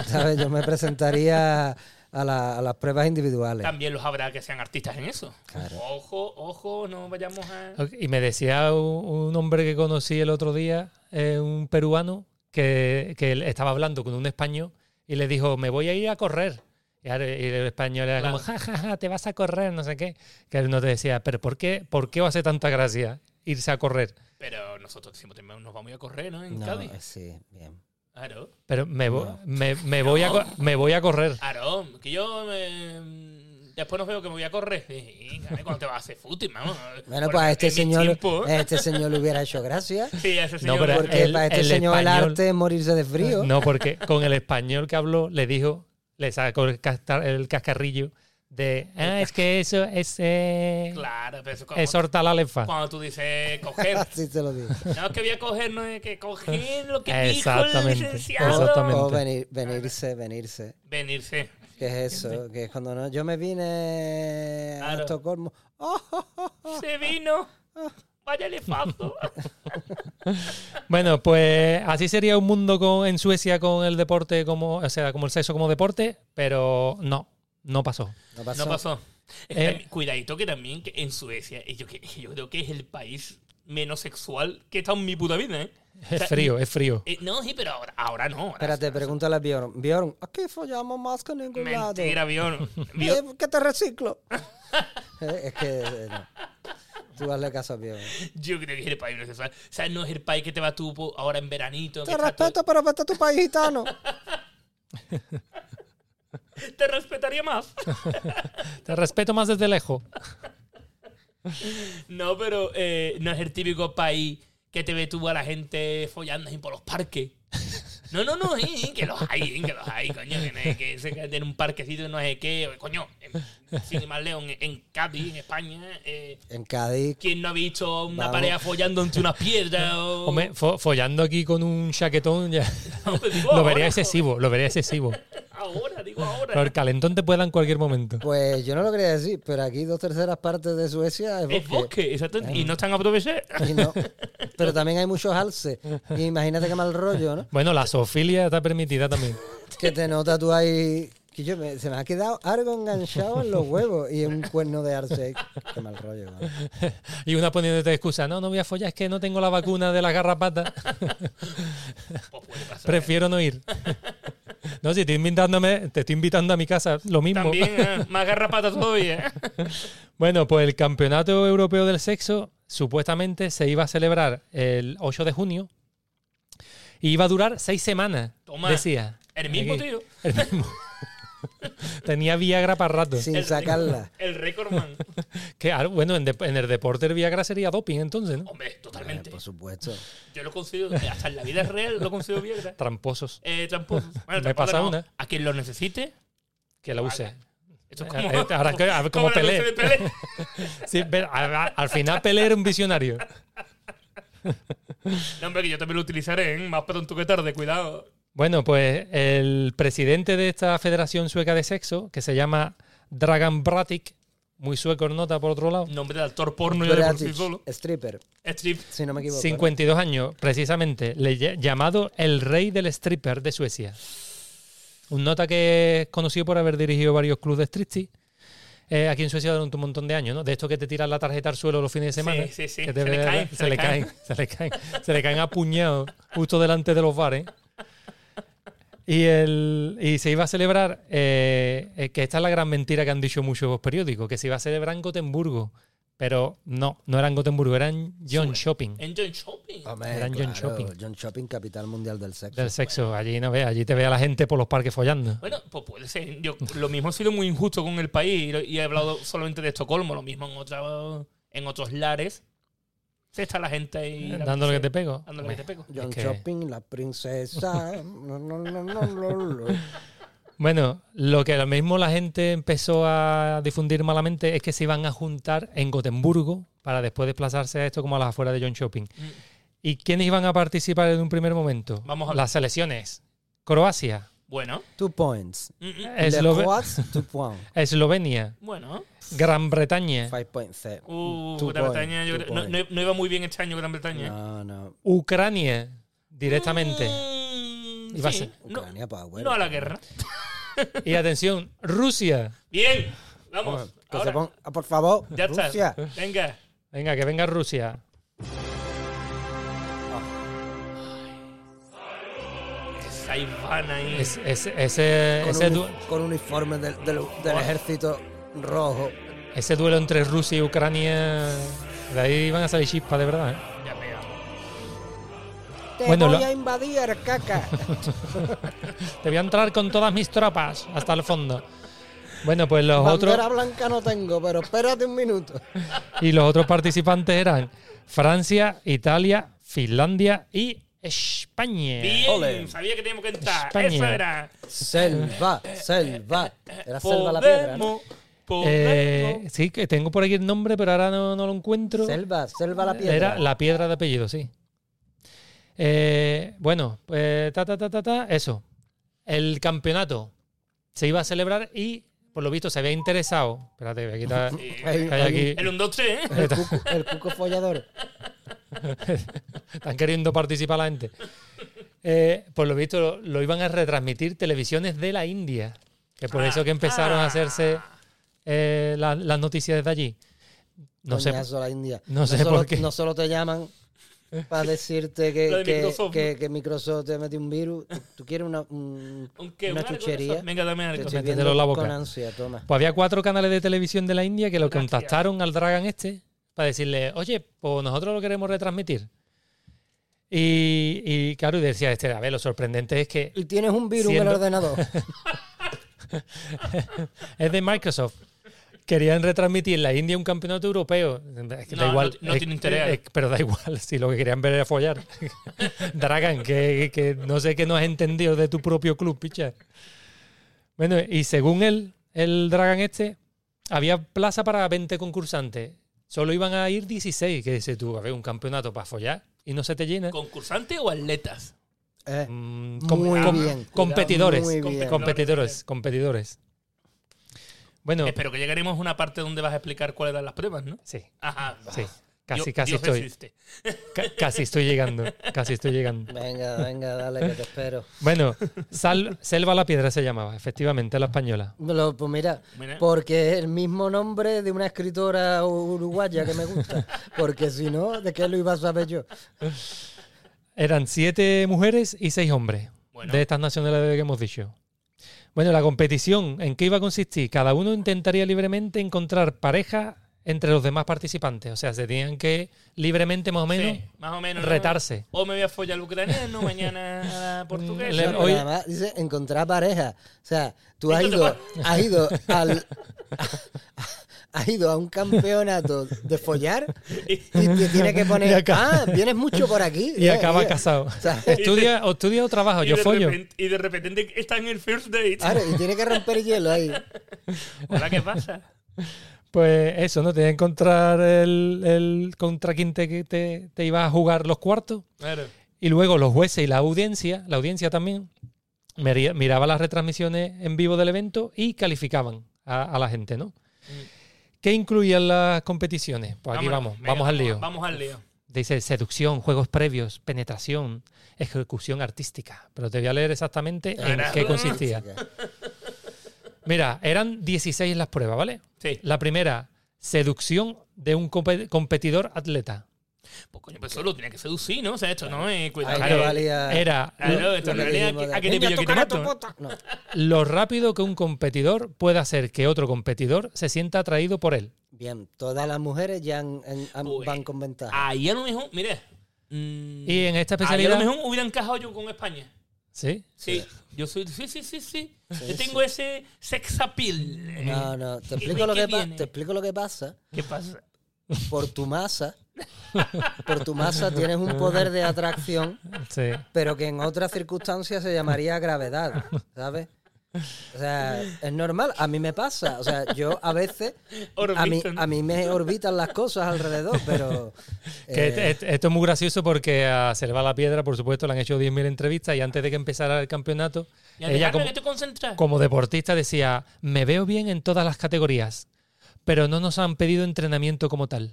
[SPEAKER 1] ¿Sabes? Yo me presentaría a, la- a las pruebas individuales.
[SPEAKER 3] También los habrá que sean artistas en eso.
[SPEAKER 1] Claro.
[SPEAKER 3] Ojo, ojo, no vayamos a.
[SPEAKER 2] Ok, Y me decía un un hombre que conocí el otro día, eh, un peruano, que, que él estaba hablando con un español y le dijo, me voy a ir a correr. Y ahora- y el español era como, ja, ja, ja, te vas a correr, no sé qué. Que él no te decía, pero ¿por qué, ¿por qué os hace tanta gracia irse a correr?
[SPEAKER 3] Pero nosotros siempre tenemos- nos vamos a ir a correr, ¿no? En
[SPEAKER 1] No,
[SPEAKER 3] Cádiz.
[SPEAKER 1] eh, sí, bien.
[SPEAKER 3] Claro,
[SPEAKER 2] Pero me, vo-
[SPEAKER 1] No.
[SPEAKER 2] me, me voy, a, co- me voy a correr.
[SPEAKER 3] claro. Que yo. eh, después nos veo que me voy a correr. Sí, claro, ¿Cuándo te vas a hacer fútbol, vamos?
[SPEAKER 1] Bueno,
[SPEAKER 3] Por-
[SPEAKER 1] pues a este
[SPEAKER 3] en mi
[SPEAKER 1] señor,
[SPEAKER 3] tiempo. ¿eh?
[SPEAKER 1] a este señor le hubiera hecho gracia.
[SPEAKER 3] Sí, a ese
[SPEAKER 2] No,
[SPEAKER 3] señor.
[SPEAKER 2] pero
[SPEAKER 1] Porque
[SPEAKER 2] el-
[SPEAKER 1] para este
[SPEAKER 2] el
[SPEAKER 1] señor el
[SPEAKER 2] español-
[SPEAKER 1] arte es morirse de frío.
[SPEAKER 2] No, porque con el español que habló le dijo, le sacó el, casca- el cascarrillo de, ah, es que eso es, eh,
[SPEAKER 3] Claro, pero eso como-
[SPEAKER 2] es hortalalefa.
[SPEAKER 3] cuando tú dices coger.
[SPEAKER 1] Así te lo digo.
[SPEAKER 3] No, es que voy a coger, no es que coger lo que dijo el
[SPEAKER 2] Exactamente,
[SPEAKER 3] licenciado.
[SPEAKER 2] exactamente.
[SPEAKER 1] O venir, venirse, venirse.
[SPEAKER 3] Venirse.
[SPEAKER 1] ¿Qué es eso? Que es cuando no. Yo me vine a
[SPEAKER 3] Claro.
[SPEAKER 1] Estocolmo. ¡Oh!
[SPEAKER 3] Se vino. Vaya elefanto.
[SPEAKER 2] Bueno, pues así sería un mundo con- en Suecia con el deporte como, o sea, como el sexo como deporte, pero no, no pasó.
[SPEAKER 1] No pasó.
[SPEAKER 3] No pasó. Es que
[SPEAKER 2] Eh.
[SPEAKER 3] también- cuidadito que también que en Suecia, y yo, que, yo creo que es el país menos sexual que he estado en mi puta vida, ¿eh? O sea,
[SPEAKER 2] Es frío, es frío.
[SPEAKER 3] eh, no, sí, pero ahora, ahora no. ahora-
[SPEAKER 1] Espérate, pregúntale a Bjorn. Bjorn, aquí follamos más que en ningún
[SPEAKER 3] Mentira,
[SPEAKER 1] lado.
[SPEAKER 3] avión.
[SPEAKER 1] Eh, Que te reciclo. Eh, es que. eh, no. Tú hazle caso a Bjorn.
[SPEAKER 3] Yo creo que es el país menos sexual. O sea, no es el país que te vas tú po- ahora en veranito.
[SPEAKER 1] Te
[SPEAKER 3] que estás
[SPEAKER 1] respeto, pero vete a tu país gitano.
[SPEAKER 3] todo- Te respetaría más.
[SPEAKER 2] Te respeto más desde lejos.
[SPEAKER 3] No, pero eh, no es el típico país que te ve tú a la gente follando así por los parques. No, no, no, sí, sí, que los hay, sí, que los hay, coño, que, no es que se queda en un parquecito y no sé qué, o- coño, en- sin ir más león, en Cádiz, en España, eh,
[SPEAKER 1] En Cádiz.
[SPEAKER 3] ¿quién no ha visto una
[SPEAKER 1] Vamos.
[SPEAKER 3] pareja follando entre unas piedras? O...
[SPEAKER 2] Hombre, fo- follando aquí con un chaquetón, ya-
[SPEAKER 3] Oh. No, pero digo
[SPEAKER 2] lo vería
[SPEAKER 3] ahora,
[SPEAKER 2] excesivo, lo vería excesivo.
[SPEAKER 3] Ahora, digo
[SPEAKER 2] Pero
[SPEAKER 3] ahora.
[SPEAKER 2] el calentón te puede dar en cualquier momento.
[SPEAKER 1] Pues yo no lo quería decir, pero aquí dos terceras partes de Suecia es
[SPEAKER 3] Es Pues,
[SPEAKER 1] bosque.
[SPEAKER 3] bosque, exacto, y no están a aprovechar.
[SPEAKER 1] Y no. Pero también hay muchos alces. Y imagínate qué mal rollo, ¿no?
[SPEAKER 2] Bueno, la zoofilia está permitida también.
[SPEAKER 1] Que te nota tú ahí. Que yo me- se me ha quedado algo enganchado en los huevos y en un cuerno de arce. Qué mal rollo, ¿no?
[SPEAKER 2] Y una poniéndote excusa, no, no voy a follar, es que no tengo la vacuna de la garrapata,
[SPEAKER 3] Pues puede pasar.
[SPEAKER 2] prefiero no ir. No, si estoy invitándome, te estoy invitando a mi casa, lo mismo.
[SPEAKER 3] También, eh, más garrapata todavía. eh.
[SPEAKER 2] Bueno, pues el Campeonato Europeo del Sexo supuestamente se iba a celebrar el 8 de junio y iba a durar seis semanas,
[SPEAKER 3] Toma.
[SPEAKER 2] decía.
[SPEAKER 3] El mismo,
[SPEAKER 2] Aquí.
[SPEAKER 3] tío.
[SPEAKER 2] El mismo. Tenía Viagra para rato.
[SPEAKER 1] Sin
[SPEAKER 3] El-
[SPEAKER 1] sacarla.
[SPEAKER 3] El récord, man.
[SPEAKER 2] Que, ah, bueno, en, dep- en el deporte el Viagra sería doping entonces, ¿no?
[SPEAKER 3] Hombre, totalmente.
[SPEAKER 1] Eh,
[SPEAKER 2] Ah, pues.
[SPEAKER 1] por supuesto.
[SPEAKER 3] Yo lo considero, eh, hasta en la vida real lo considero Viagra.
[SPEAKER 2] Tramposos.
[SPEAKER 3] Eh, tramposo. Bueno,
[SPEAKER 2] Me
[SPEAKER 3] tramposo
[SPEAKER 2] pasa
[SPEAKER 3] no.
[SPEAKER 2] una.
[SPEAKER 3] A quien lo necesite.
[SPEAKER 2] Que la use.
[SPEAKER 3] Esto es
[SPEAKER 2] Eh,
[SPEAKER 3] como,
[SPEAKER 2] eh, ahora que- a ver, como
[SPEAKER 3] la noche
[SPEAKER 2] Pelé.
[SPEAKER 3] de Pelé.
[SPEAKER 2] Sí, pero a- a- al final Pelé era un visionario.
[SPEAKER 3] No, hombre, que yo también lo utilizaré, ¿eh? más pronto que tarde, cuidado.
[SPEAKER 2] Bueno, pues el presidente de esta Federación Sueca de Sexo, que se llama Dragan Bratic, muy sueco en nota por otro lado,
[SPEAKER 3] Nombre de actor porno ya de por sí
[SPEAKER 1] Bratic,
[SPEAKER 3] solo.
[SPEAKER 1] stripper,
[SPEAKER 3] Strip.
[SPEAKER 1] si no me equivoco. ¿eh?
[SPEAKER 2] 52 años, precisamente, le lle- llamado el rey del stripper de Suecia. Un nota que es conocido por haber dirigido varios clubes de striptease. eh, aquí en Suecia durante un montón de años, ¿no? De esto que te tiran la tarjeta al suelo los fines de semana.
[SPEAKER 3] Sí, sí, sí.
[SPEAKER 2] que
[SPEAKER 3] Se le caen,
[SPEAKER 2] se le caen, se le caen, se le caen a puñados justo delante de los bares. Y, el, y se iba a celebrar, eh, eh, que esta es la gran mentira que han dicho muchos periódicos, que se iba a celebrar en Gotemburgo. Pero no, no era en Gotemburgo, era en John Shopping.
[SPEAKER 3] En John Shopping.
[SPEAKER 1] Hombre,
[SPEAKER 2] Gran John Shopping.
[SPEAKER 1] John Shopping, capital mundial del sexo.
[SPEAKER 2] Del sexo, allí no ve, allí te ve a la gente por los parques follando.
[SPEAKER 3] Bueno, pues puede ser. Yo, lo mismo he sido muy injusto con el país y, lo- y he hablado solamente de Estocolmo, lo mismo en, otra, en otros lares. Se está la gente ahí.
[SPEAKER 2] Dando lo que te pego.
[SPEAKER 3] Dando lo que te pego.
[SPEAKER 1] John
[SPEAKER 2] Es que-
[SPEAKER 1] Shopping, la princesa. No, no, no, no, no, no.
[SPEAKER 2] Bueno, lo que lo mismo la gente empezó a difundir malamente es que se iban a juntar en Gotemburgo para después desplazarse a esto como a las afueras de John Shopping.
[SPEAKER 3] Mm.
[SPEAKER 2] ¿Y quiénes iban a participar en un primer momento?
[SPEAKER 3] Vamos a ver.
[SPEAKER 2] Las selecciones. Croacia,
[SPEAKER 3] Bueno.
[SPEAKER 1] Two points.
[SPEAKER 3] Mm, mm.
[SPEAKER 2] Eslove-
[SPEAKER 1] Le Croats, two points.
[SPEAKER 2] Eslovenia,
[SPEAKER 3] Bueno.
[SPEAKER 2] Gran Bretaña,
[SPEAKER 1] Five points. eh.
[SPEAKER 3] Uh,
[SPEAKER 1] Two
[SPEAKER 3] Gran
[SPEAKER 1] points,
[SPEAKER 3] Bretaña, yo
[SPEAKER 1] two
[SPEAKER 3] creo- no,
[SPEAKER 1] points.
[SPEAKER 3] no- no iba muy bien este año Gran Bretaña. ¿eh?
[SPEAKER 1] No, no.
[SPEAKER 2] Ucrania directamente.
[SPEAKER 3] Mm,
[SPEAKER 2] Iba a
[SPEAKER 3] sí,
[SPEAKER 2] ser-
[SPEAKER 3] no,
[SPEAKER 1] Ucrania pues, Power.
[SPEAKER 3] no a la guerra.
[SPEAKER 2] Y atención, Rusia.
[SPEAKER 3] Bien.
[SPEAKER 1] Vamos,
[SPEAKER 3] Vamos.
[SPEAKER 1] que
[SPEAKER 3] ahora.
[SPEAKER 1] se ponga- ah, por favor,
[SPEAKER 3] Ya está.
[SPEAKER 1] Rusia.
[SPEAKER 3] Venga.
[SPEAKER 2] Venga, que venga Rusia.
[SPEAKER 3] Saiván ahí.
[SPEAKER 2] Es- es- ese,
[SPEAKER 1] Con,
[SPEAKER 2] ese,
[SPEAKER 1] un,
[SPEAKER 2] du-
[SPEAKER 1] con uniforme del, del- del ejército rojo.
[SPEAKER 2] ese duelo entre Rusia y Ucrania, de ahí van a salir chispas de verdad. ¿eh?
[SPEAKER 3] Ya veo.
[SPEAKER 1] Te
[SPEAKER 2] Bueno,
[SPEAKER 1] voy
[SPEAKER 2] lo-
[SPEAKER 1] a invadir, caca.
[SPEAKER 2] Te voy a entrar con todas mis tropas hasta el fondo. Bueno, pues los otros
[SPEAKER 1] Bandera blanca no tengo, pero espérate un minuto.
[SPEAKER 2] y los otros participantes eran Francia, Italia, Finlandia y España.
[SPEAKER 3] Bien.
[SPEAKER 1] Ole.
[SPEAKER 3] Sabía que teníamos que entrar.
[SPEAKER 2] España.
[SPEAKER 3] Eso era.
[SPEAKER 1] Selva, selva. Era selva la piedra, ¿no?
[SPEAKER 3] Podemos. Podemos.
[SPEAKER 2] Eh, sí, que tengo por aquí el nombre, pero ahora no, no lo encuentro.
[SPEAKER 1] Selva, selva la piedra.
[SPEAKER 2] Era la piedra de apellido, sí. Eh, bueno, pues ta, ta, ta, ta, ta, eso. El campeonato se iba a celebrar y, por lo visto, se había interesado. Espérate, voy a quitar.
[SPEAKER 1] Hay-
[SPEAKER 2] que
[SPEAKER 1] hay
[SPEAKER 2] hay
[SPEAKER 1] un-
[SPEAKER 2] aquí.
[SPEAKER 3] El 1, 2, 3, ¿eh?
[SPEAKER 1] El cuco, el cuco follador.
[SPEAKER 2] Están queriendo participar la gente. Eh, por lo visto, lo, lo iban a retransmitir televisiones de la India. Que por eso que
[SPEAKER 1] Ah,
[SPEAKER 2] empezaron a hacerse eh, la- las noticias desde allí. No sé.
[SPEAKER 1] Coñazo, la India.
[SPEAKER 2] no sé
[SPEAKER 1] solo,
[SPEAKER 2] por qué.
[SPEAKER 1] No solo te llaman para decirte
[SPEAKER 3] Lo
[SPEAKER 1] que,
[SPEAKER 3] de
[SPEAKER 1] que,
[SPEAKER 3] Microsoft,
[SPEAKER 1] que- que Microsoft te mete un virus. Tú- Tú quieres una, un-
[SPEAKER 3] Aunque
[SPEAKER 1] una
[SPEAKER 3] un algo de
[SPEAKER 1] chuchería.
[SPEAKER 3] eso. Venga, dame
[SPEAKER 1] Te
[SPEAKER 3] algo.
[SPEAKER 1] estoy
[SPEAKER 2] Métetelo
[SPEAKER 1] viendo
[SPEAKER 2] en la boca.
[SPEAKER 1] con ansia, toma.
[SPEAKER 2] Pues había cuatro canales de televisión de la India que lo
[SPEAKER 3] Gracias.
[SPEAKER 2] contactaron al Dragon este para decirle, oye, pues nosotros lo queremos retransmitir. Y, y claro, y decía este, a ver, lo sorprendente es que
[SPEAKER 1] Y tienes un virus en
[SPEAKER 2] Siendo-
[SPEAKER 1] el ordenador.
[SPEAKER 2] es de Microsoft. Querían retransmitir en la India un campeonato europeo. Es que da
[SPEAKER 3] No,
[SPEAKER 2] igual.
[SPEAKER 3] no- no
[SPEAKER 2] Es-
[SPEAKER 3] tiene interés.
[SPEAKER 2] es- pero da igual, si lo que querían ver era follar. Dragan, que, que no sé qué no has entendido de tu propio club, picha. Bueno, y según él, el Dragan este, había plaza para 20 concursantes. Solo iban a ir 16, que dices tú, a ver, un campeonato para follar y no se te llena.
[SPEAKER 3] ¿Concursante o atletas?
[SPEAKER 1] Eh,
[SPEAKER 2] Mm,
[SPEAKER 1] Muy
[SPEAKER 2] com- com-
[SPEAKER 1] bien.
[SPEAKER 2] Competidores.
[SPEAKER 1] Muy bien.
[SPEAKER 2] Competidores, competidores. Bueno,
[SPEAKER 3] Espero que llegaremos a una parte donde vas a explicar cuáles eran las pruebas, ¿no?
[SPEAKER 2] sí.
[SPEAKER 3] Ajá.
[SPEAKER 2] Sí,
[SPEAKER 3] Dios-
[SPEAKER 2] casi, casi,
[SPEAKER 3] Dios
[SPEAKER 2] estoy,
[SPEAKER 3] existe.
[SPEAKER 2] ca- casi estoy llegando. Casi estoy llegando.
[SPEAKER 1] venga, venga, dale, que te espero.
[SPEAKER 2] Bueno, Sal- Selva la Piedra se llamaba, efectivamente, la española.
[SPEAKER 1] Lo- pues mira,
[SPEAKER 3] Mira.
[SPEAKER 1] porque es el mismo nombre de una escritora u- uruguaya que me gusta. Porque si no, ¿de qué lo iba a saber yo?
[SPEAKER 2] Eran siete mujeres y seis hombres
[SPEAKER 3] Bueno.
[SPEAKER 2] de estas nacionalidades que hemos dicho. Bueno, la competición, ¿en qué iba a consistir? Cada uno intentaría libremente encontrar pareja entre los demás participantes. O sea, se tenían que libremente, más o menos,
[SPEAKER 3] Sí, más o menos. ¿no?
[SPEAKER 2] retarse.
[SPEAKER 3] O me voy a follar al ucraniano, mañana a la portuguesa.
[SPEAKER 2] Le-
[SPEAKER 1] Pero
[SPEAKER 2] hoy-
[SPEAKER 1] además dice encontrar pareja. O sea, tú has
[SPEAKER 3] Esto
[SPEAKER 1] ido, has ido al. Has ido a un campeonato de follar y te tiene que poner.
[SPEAKER 2] Y acá-
[SPEAKER 1] ah, vienes mucho por aquí.
[SPEAKER 2] y
[SPEAKER 1] eh,
[SPEAKER 2] acaba
[SPEAKER 1] eh.
[SPEAKER 2] casado.
[SPEAKER 1] O sea,
[SPEAKER 2] Estudia o, estudia o trabajo,
[SPEAKER 3] y
[SPEAKER 2] yo
[SPEAKER 3] de
[SPEAKER 2] follo. Ah.
[SPEAKER 3] repente- y de repente está en el first date.
[SPEAKER 1] claro, y tiene que romper hielo ahí.
[SPEAKER 3] Hola, ¿qué pasa?
[SPEAKER 2] Pues eso, ¿no? Tenía que encontrar el, el contra quién te, te, te iba a jugar los cuartos.
[SPEAKER 3] Claro.
[SPEAKER 2] Y luego los jueces y la audiencia, la audiencia también, miría- miraba las retransmisiones en vivo del evento y calificaban a, a la gente, ¿no? ¿Qué incluían las competiciones? Pues aquí
[SPEAKER 3] Mm. Vámonos,
[SPEAKER 2] vamos,
[SPEAKER 3] venga,
[SPEAKER 2] vamos al lío.
[SPEAKER 3] Vamos al lío.
[SPEAKER 2] Dice seducción, juegos previos, penetración, ejecución artística. Pero te voy a leer exactamente en
[SPEAKER 3] Ahora.
[SPEAKER 2] qué consistía. Mira, eran 16 las pruebas, ¿vale?
[SPEAKER 3] Sí.
[SPEAKER 2] La primera, seducción de un compe- competidor atleta.
[SPEAKER 3] Pues coño, pues solo tenía que seducir, ¿no? O sea, esto no es cuidado.
[SPEAKER 1] Ahí
[SPEAKER 3] Claro,
[SPEAKER 1] no valía.
[SPEAKER 2] Era
[SPEAKER 3] claro,
[SPEAKER 1] lo-
[SPEAKER 3] esto
[SPEAKER 1] lo
[SPEAKER 3] no
[SPEAKER 1] que
[SPEAKER 3] valía.
[SPEAKER 1] dijimos de-
[SPEAKER 3] ¿A qué te
[SPEAKER 1] Venga,
[SPEAKER 3] pillo que te
[SPEAKER 1] tocar tu
[SPEAKER 3] mato?
[SPEAKER 1] pota. No.
[SPEAKER 2] lo rápido que un competidor puede hacer que otro competidor se sienta atraído por él.
[SPEAKER 1] Bien, todas las mujeres ya han- han- han-
[SPEAKER 3] Pues,
[SPEAKER 1] van con ventaja.
[SPEAKER 3] Ahí a lo mejor, mire. mm,
[SPEAKER 2] Y en esta
[SPEAKER 3] ahí a lo
[SPEAKER 2] especialidad.
[SPEAKER 3] mejor hubiera encajado yo con España.
[SPEAKER 2] Sí.
[SPEAKER 3] Sí, yo soy. Sí, sí, sí, sí.
[SPEAKER 1] Sí,
[SPEAKER 3] yo tengo ese sex appeal. eh.
[SPEAKER 1] No,
[SPEAKER 2] Ah.
[SPEAKER 1] no, te
[SPEAKER 3] ¿Y
[SPEAKER 1] explico,
[SPEAKER 3] de
[SPEAKER 1] lo
[SPEAKER 3] qué
[SPEAKER 1] que pa-
[SPEAKER 3] viene?
[SPEAKER 1] te explico lo que pasa.
[SPEAKER 3] ¿Qué pasa?
[SPEAKER 1] Por tu masa, por tu masa tienes un poder de atracción,
[SPEAKER 2] Sí.
[SPEAKER 1] pero que en otras circunstancias se llamaría gravedad, ¿sabes? O sea, es normal, a mí me pasa. O sea, yo a veces, a mí,
[SPEAKER 3] Orbitan.
[SPEAKER 1] a mí me orbitan las cosas alrededor, pero...
[SPEAKER 2] Que
[SPEAKER 1] eh,
[SPEAKER 2] et- et- esto es muy gracioso porque a Selva la Piedra, por supuesto, le han hecho 10.000 entrevistas y antes de que empezara el campeonato,
[SPEAKER 3] Y
[SPEAKER 2] ella
[SPEAKER 3] Alejandra,
[SPEAKER 2] como,
[SPEAKER 3] que te concentras.
[SPEAKER 2] como deportista decía, me veo bien en todas las categorías, pero no nos han pedido entrenamiento como tal.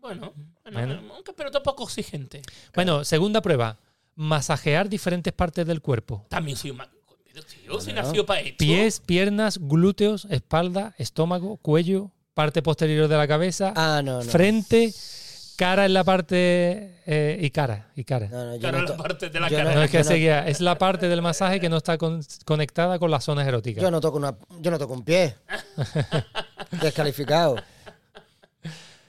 [SPEAKER 3] Bueno,
[SPEAKER 2] Bueno.
[SPEAKER 3] bueno, aunque- pero tampoco exigente.
[SPEAKER 2] Bueno, segunda prueba, masajear diferentes partes del cuerpo.
[SPEAKER 3] También soy más. Tío, si nació para esto.
[SPEAKER 2] Pies, piernas, glúteos, espalda, estómago, cuello, parte posterior de la cabeza,
[SPEAKER 1] Ah, no, no.
[SPEAKER 2] frente, cara en la parte eh, y cara, y cara.
[SPEAKER 1] No, no, yo
[SPEAKER 3] Claro,
[SPEAKER 1] no
[SPEAKER 3] la
[SPEAKER 1] to-
[SPEAKER 3] parte de la
[SPEAKER 1] yo
[SPEAKER 3] cara.
[SPEAKER 2] No, es que
[SPEAKER 1] yo no-
[SPEAKER 2] seguía, es la parte del masaje que no está con- conectada con las zonas eróticas.
[SPEAKER 1] Yo no toco una, yo no toco un pie. Descalificado.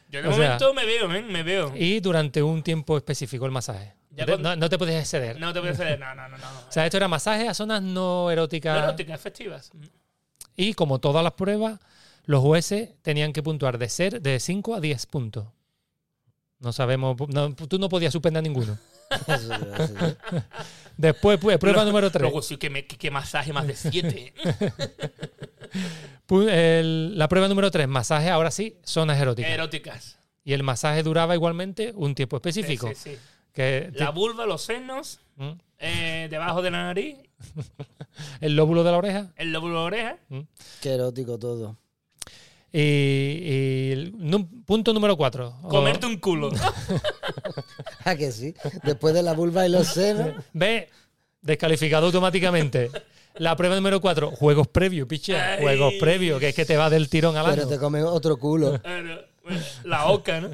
[SPEAKER 3] Yo de
[SPEAKER 2] o sea-
[SPEAKER 3] momento me veo, men, me veo.
[SPEAKER 2] Y durante un tiempo específico el masaje.
[SPEAKER 3] Ya
[SPEAKER 2] No te-
[SPEAKER 3] con-
[SPEAKER 2] no, no te podías exceder.
[SPEAKER 3] No te voy a hacer. No, no, no, no.
[SPEAKER 2] O sea, esto era masaje a zonas no eróticas.
[SPEAKER 3] No, no, te quedas festivas.
[SPEAKER 2] Y como todas las pruebas, los jueces tenían que puntuar de ser de 5 a 10 puntos. No sabemos, no, tú no podías suspender ninguno.
[SPEAKER 1] Eso, eso, eso.
[SPEAKER 2] Después, pues, prueba
[SPEAKER 3] Lo-
[SPEAKER 2] número 3.
[SPEAKER 3] Luego sí que, me, que, que masaje más de siete.
[SPEAKER 2] la prueba número 3, masaje, ahora sí, zonas eróticas.
[SPEAKER 3] Eróticas.
[SPEAKER 2] y el masaje duraba igualmente un tiempo
[SPEAKER 3] Sí,
[SPEAKER 2] específico.
[SPEAKER 3] sí, sí.
[SPEAKER 2] Que
[SPEAKER 3] La vulva, los senos,
[SPEAKER 2] te- ¿Mm?
[SPEAKER 3] eh, debajo de la nariz,
[SPEAKER 2] el lóbulo de la oreja.
[SPEAKER 3] el lóbulo de la oreja.
[SPEAKER 1] Qué erótico todo.
[SPEAKER 2] Y, y el num- punto número 4.
[SPEAKER 3] Comerte un culo.
[SPEAKER 1] Ah, que sí. Después de la vulva y los senos.
[SPEAKER 2] Ve, descalificado automáticamente. La prueba número 4, juegos previos, picha.
[SPEAKER 3] Ay.
[SPEAKER 2] Juegos previos, que es que te va del tirón al
[SPEAKER 1] Pero
[SPEAKER 2] ano.
[SPEAKER 1] te comen otro culo.
[SPEAKER 3] Bueno, bueno, pues, La oca, ¿no?